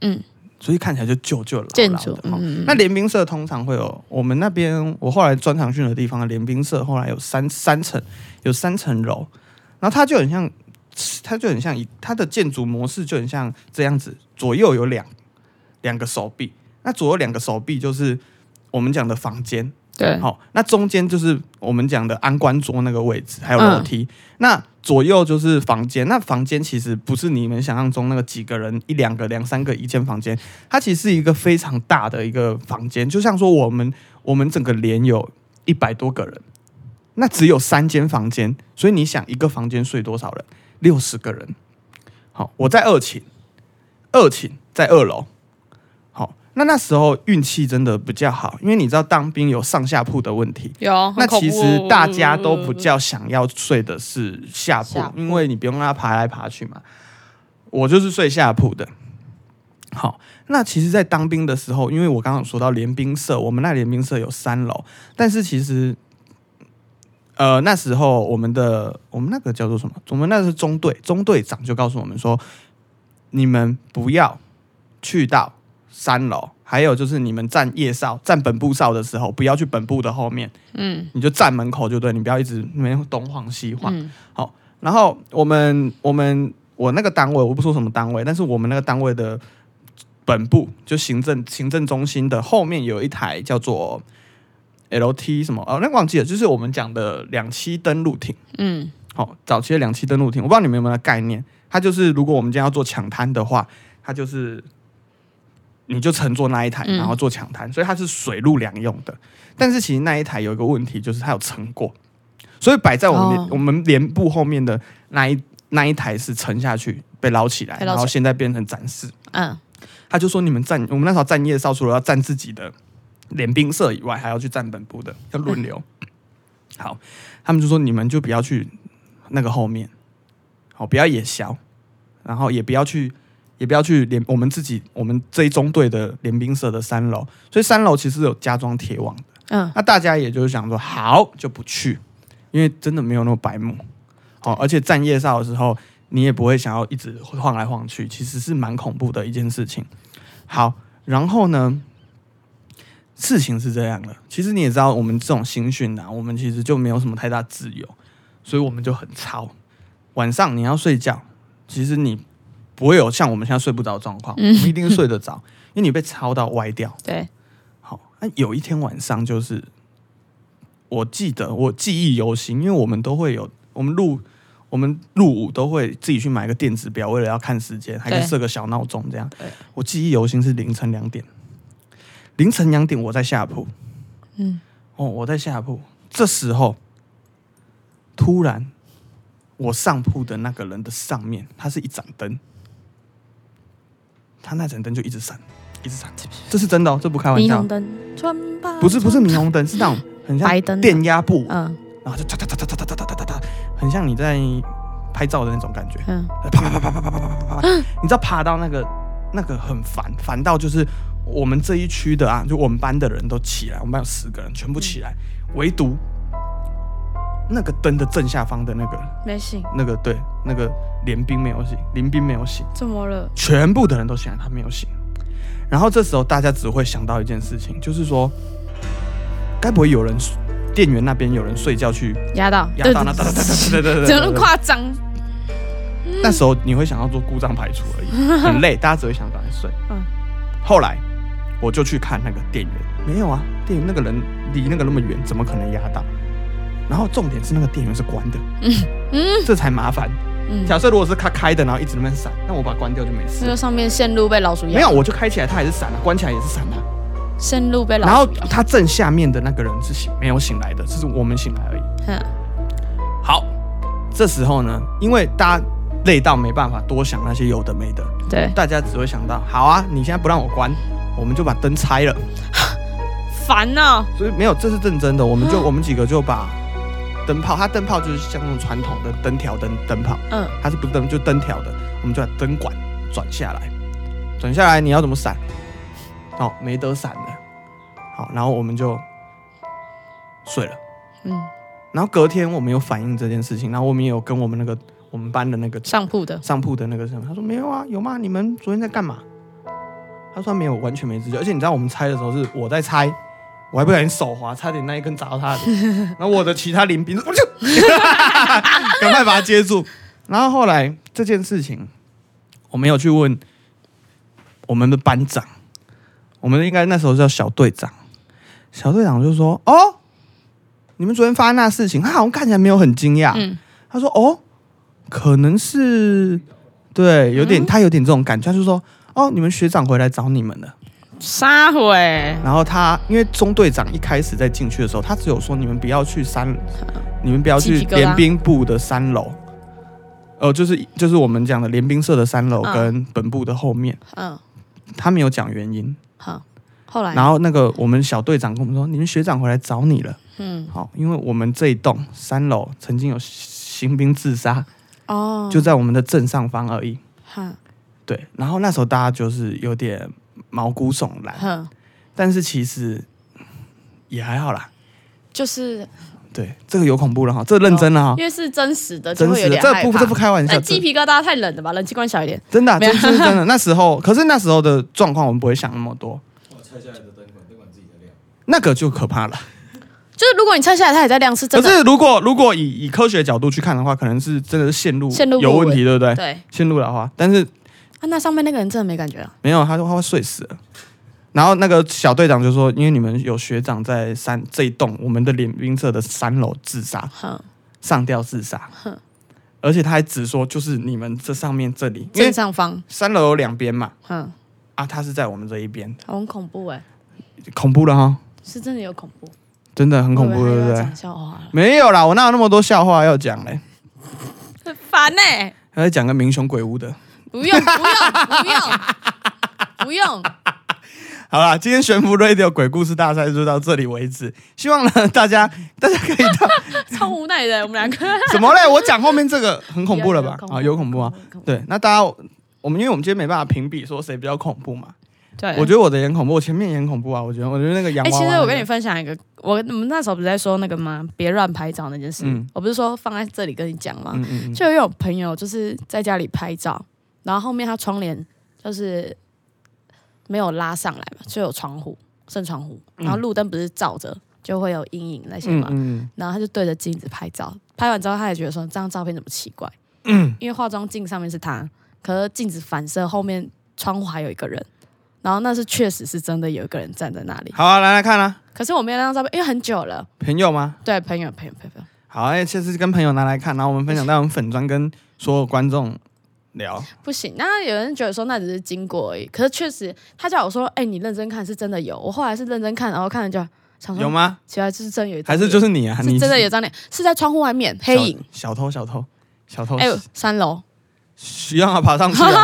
B: 嗯，
A: 所以看起来就旧旧老
B: 建
A: 老
B: 筑
A: 的。，哦
B: 嗯，
A: 那联兵社通常会有，我们那边我后来专场训的地方的联兵社，后来有三三层，有三层楼，然后它就很像，它就很像一它的建筑模式就很像这样子，左右有两两个手臂，那左右两个手臂就是我们讲的房间，
B: 对，
A: 好、那中间就是我们讲的安官桌那个位置，还有楼梯。那左右就是房间，那房间其实不是你们想象中那个几个人一两个、两三个一间房间，它其实是一个非常大的一个房间，就像说我们我们整个连有一百多个人，那只有三间房间，所以你想一个房间睡多少人？六十个人。好，我在二寝，二寝在二楼。好，那那时候运气真的比较好，因为你知道当兵有上下铺的问题。
B: 有。
A: 那
B: 哦很恐
A: 其
B: 怖嗯
A: 实大家都不叫想要睡的是下铺
B: 下，铺
A: 因为你不用让它爬来爬去嘛。我就是睡下铺的。好，那其实，在当兵的时候，因为我刚刚有说到联兵社，我们那联兵社有三楼，但是其实，呃，那时候我们的我们那个叫做什么？我们那是中队，中队长就告诉我们说，你们不要去到三楼，还有就是你们站夜哨、站本部哨的时候，不要去本部的后面，
B: 嗯
A: 你就站门口就对，你不要一直那边东晃西晃。
B: 嗯
A: 然后我们我们我那个单位，我不说什么单位，但是我们那个单位的本部就行政行政中心的后面有一台叫做 LT 什么哦，那忘记了，就是我们讲的两栖登陆艇。
B: 嗯，
A: 好、早期的两栖登陆艇，我不知道你们有没有那概念，它就是如果我们今天要做抢滩的话，它就是你就乘坐那一台，
B: 嗯
A: 然后做抢滩，所以它是水陆两用的。但是其实那一台有一个问题，就是它有沉过，所以摆在我们连、
B: 哦
A: 我们连部后面的那一那一台是沉下去被捞起来，
B: 被捞起来
A: 然后现在变成展示。
B: 嗯
A: 他就说你们站，我们那时候站夜哨，除了要站自己的联兵社以外，还要去站本部的，要轮流。好，他们就说你们就不要去那个后面，好，不要野宵，然后也不要去，也不要去联我们自己我们这一中队的联兵社的三楼，所以三楼其实有加装铁网的。
B: 嗯，
A: 那大家也就是想说，好就不去，因为真的没有那么白目。好、而且站夜哨的时候，你也不会想要一直晃来晃去，其实是蛮恐怖的一件事情。好，然后呢，事情是这样的，其实你也知道，我们这种新训啊，我们其实就没有什么太大自由，所以我们就很吵。晚上你要睡觉，其实你不会有像我们现在睡不着的状况，我们一定睡得着，因为你被吵到歪掉。
B: 对，
A: 好，那有一天晚上，就是我记得我记忆犹新，因为我们都会有我们录我们入伍都会自己去买个电子表，为了要看时间，还可以
B: 对
A: 设个小闹钟这样
B: 对。
A: 我记忆犹新是凌晨两点，凌晨两点我在下铺，
B: 嗯，
A: 哦，我在下铺这时候，突然我上铺的那个人的上面，它是一盏灯，他那盏灯就一直闪，一直闪，这是真的、哦，这不开玩
B: 霓
A: 笑
B: 虹，灯，穿吧，
A: 不是不是
B: 穿
A: 霓虹灯，是那种很像
B: 白灯啊
A: 电压布，
B: 嗯
A: 然后就哒哒哒哒哒哒哒哒哒哒，很像你在拍照的那种感觉。
B: 嗯，
A: 啪啪啪啪啪啪啪啪啪啪，你知道爬到那个那个很烦，烦到就是我们这一区的啊，就我们班的人都起来，我们班有十个人全部起来，唯独那个灯的正下方的那个
B: 没醒，
A: 那个对那个连兵没有醒，林兵没有醒，
B: 怎么了？
A: 全部的人都醒来，他没有醒。然后这时候大家只会想到一件事情，就是说，该不会有人店员那边有人睡觉去
B: 压到，
A: 压到那哒哒哒哒哒哒哒，
B: 怎么那么夸张？
A: 那时候你会想要做故障排除而已，很累，大家只会想赶快睡。
B: 嗯
A: 后来我就去看那个店员，没有啊，店员那个人离那个那么远，怎么可能压到？然后重点是那个店员是关的，
B: 嗯
A: 这才麻烦。
B: 嗯，
A: 假设如果是他开的，然后一直在那边闪，那我把它关掉就没事
B: 那。就上面线路被老鼠
A: 没
B: 压
A: 有，，我就开起来，它也是闪了、关起来也是闪了、
B: 线路被
A: 然
B: 老
A: 后
B: 鼠压，
A: 他正下面的那个人是醒没有醒来的，是我们醒来而已。
B: 嗯
A: 好，这时候呢，因为大家累到没办法多想那些有的没的，
B: 对，
A: 大家只会想到，好啊，你现在不让我关，我们就把灯拆了。
B: 烦哦呐，
A: 所以没有，这是认真的，我们就我们几个就把灯泡，它灯泡就是像那种传统的灯条灯灯泡，
B: 嗯，
A: 它是不是灯就灯条的，我们就把灯管转下来，转下来你要怎么闪？好，没得闪了。好，然后我们就睡了。
B: 嗯，
A: 然后隔天我们有反映这件事情，然后我们也有跟我们那个我们班的那个
B: 上铺的，
A: 上铺的那个人，他说没有啊，有吗？你们昨天在干嘛？他说他没有，完全没知觉。而且你知道我们猜的时候是我在猜，我还不小心手滑，差点那一根砸到他的
B: [LAUGHS]
A: 脸。然后我的其他邻兵，我就 [LAUGHS] 赶快把他接住。然后后来这件事情，我没有去问我们的班长，我们应该那时候叫小队长。小队长就说：“哦，你们昨天发生那事情，他好像看起来没有很惊讶。
B: 嗯
A: 他说：“哦，可能是对，有点、他有点这种感觉，他就说哦，你们学长回来找你们了。
B: 杀回，
A: 然后他因为中队长一开始在进去的时候，他只有说你们不要去三，你们不要去
B: 鸡皮疙瘩
A: 联兵部的三楼，呃，就是就是我们讲的联兵社的三楼
B: 嗯
A: 跟本部的后面，
B: 嗯，
A: 他没有讲原因。
B: 好，后来，
A: 然后那个我们小队长跟我们说，你们学长回来找你了。
B: 嗯，
A: 好，因为我们这一栋三楼曾经有行兵自杀，
B: 哦，
A: 就在我们的正上方而已。
B: 哈，
A: 对，然后那时候大家就是有点毛骨悚然，
B: 哼，
A: 但是其实也还好啦。
B: 就是
A: 对，这个有恐怖了哈，这个认真了哈
B: 因，为是真实的，就
A: 真实
B: 会有
A: 的，
B: 点
A: 这
B: 害
A: 不
B: 怕
A: 这不开玩笑，
B: 但鸡
A: 这
B: 皮疙瘩太冷了吧？冷气关小一点。
A: 真的啊
B: 没有
A: 这这是真的。那时候，可是那时候的状况我们不会想那么多，
C: 我拆下来的灯管，灯管自己在亮。
A: 那个就可怕了。
B: 就是如果你拆下来，它也在亮，是
A: 可
B: 真的。
A: 是如果如果以以科学角度去看的话，可能是真的是线路
B: 线路
A: 有
B: 不
A: 问
B: 稳
A: 题，对不对？
B: 对，
A: 线路老化，但是
B: 啊，那上面那个人真的没感觉啊。
A: 没有，他说他会睡死了。然后那个小队长就说，因为你们有学长在三这一栋我们的联兵社的三楼自杀，
B: 哼，
A: 上吊自杀，而且他还只说就是你们这上面这里，因为
B: 正上方，
A: 三楼有两边嘛，
B: 哼，
A: 啊，他是在我们这一边，
B: 好很恐怖哎、
A: 恐怖了哈，
B: 是真的有恐怖，
A: 真的很恐怖，
B: 我以为
A: 对不
B: 他又要
A: 对
B: 讲？笑话了，
A: 没有啦，我哪有那么多笑话要讲嘞？
B: 很烦呢、
A: 还要讲个民雄鬼屋的。
B: 不用，不用，
A: [LAUGHS]
B: 不用，不用，
A: 好啦，今天悬浮 radio 鬼故事大赛就到这里为止。希望呢，大家大家可以到
B: 超无奈的，我们两个
A: [LAUGHS] 什么嘞？我讲后面这个很恐怖了吧
B: 有？有恐怖
A: 啊，有恐怖啊
B: 有恐怖有恐！怖
A: 对，那大家我们因为我们今天没办法评比说谁比较恐怖嘛，
B: 对，
A: 我觉得我的也很恐怖，我前面也很恐怖啊。我觉得我觉得那个洋
B: 哎、
A: 娃娃
B: 其
A: 那个，
B: 实我跟你分享一个，我我们那时候不是在说那个吗？别乱拍照那件事，
A: 嗯
B: 我不是说放在这里跟你讲吗？
A: 嗯嗯嗯
B: 就有一种朋友就是在家里拍照，然后后面他窗帘就是没有拉上来嘛，就有窗户剩窗户，然后路灯不是照着就会有阴影那些嘛，
A: 嗯
B: 然后他就对着镜子拍照，拍完之后他也觉得说这张照片怎么奇怪，
A: 嗯
B: 因为化妆镜上面是他，可是镜子反射后面窗户还有一个人。然后那是确实是真的有一个人站在那里
A: 嗯，，好啊，来来看啊，
B: 可是我没有那张照片，因为很久了。
A: 朋友吗？
B: 对，朋友，朋友，朋友，
A: 好，哎、下次跟朋友拿来看，然后我们分享到我们粉砖跟所有观众聊。
B: 不行。那有人觉得说那只是经过而已，可是确实他叫我说，哎、你认真看是真的有。我后来是认真看，然后看了就，想说
A: 有？吗？
B: 其实是真有一张
A: 还
B: 脸，
A: 是就是你啊？你
B: 是真的有张脸，是在窗户外面黑影。
A: 小偷，小偷，小偷，
B: 哎呦，三楼，
A: 需要他爬上去、啊。
B: [LAUGHS]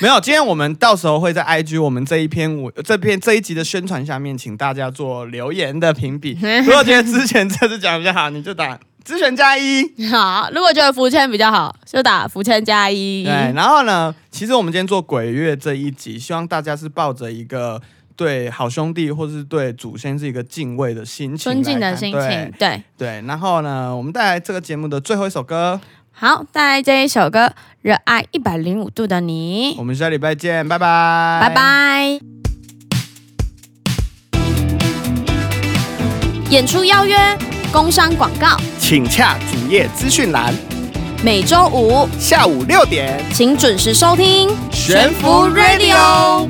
A: 没有，今天我们到时候会在 IG 我们这一篇我这篇这一集的宣传下面，请大家做留言的评
B: [LAUGHS]
A: 比。如果觉得之前这次讲得比较好，你就打之前加一。
B: 好，如果觉得福签比较好，就打福签加一。
A: 对，然后呢，其实我们今天做鬼月这一集，希望大家是抱着一个对好兄弟或是对祖先是一个敬畏的心情，
B: 尊敬的心情
A: 对。，
B: 对。
A: 对，然后呢，我们带来这个节目的最后一首歌，
B: 好，带来这一首歌《热爱一百零五度的你
A: 我》，们下礼拜见，拜拜，
B: 拜。拜。演出邀约、工商广告，
A: 请洽主页资讯栏，
B: 每周五
A: 下午六点。
B: 请准时收听
A: 悬浮 Radio。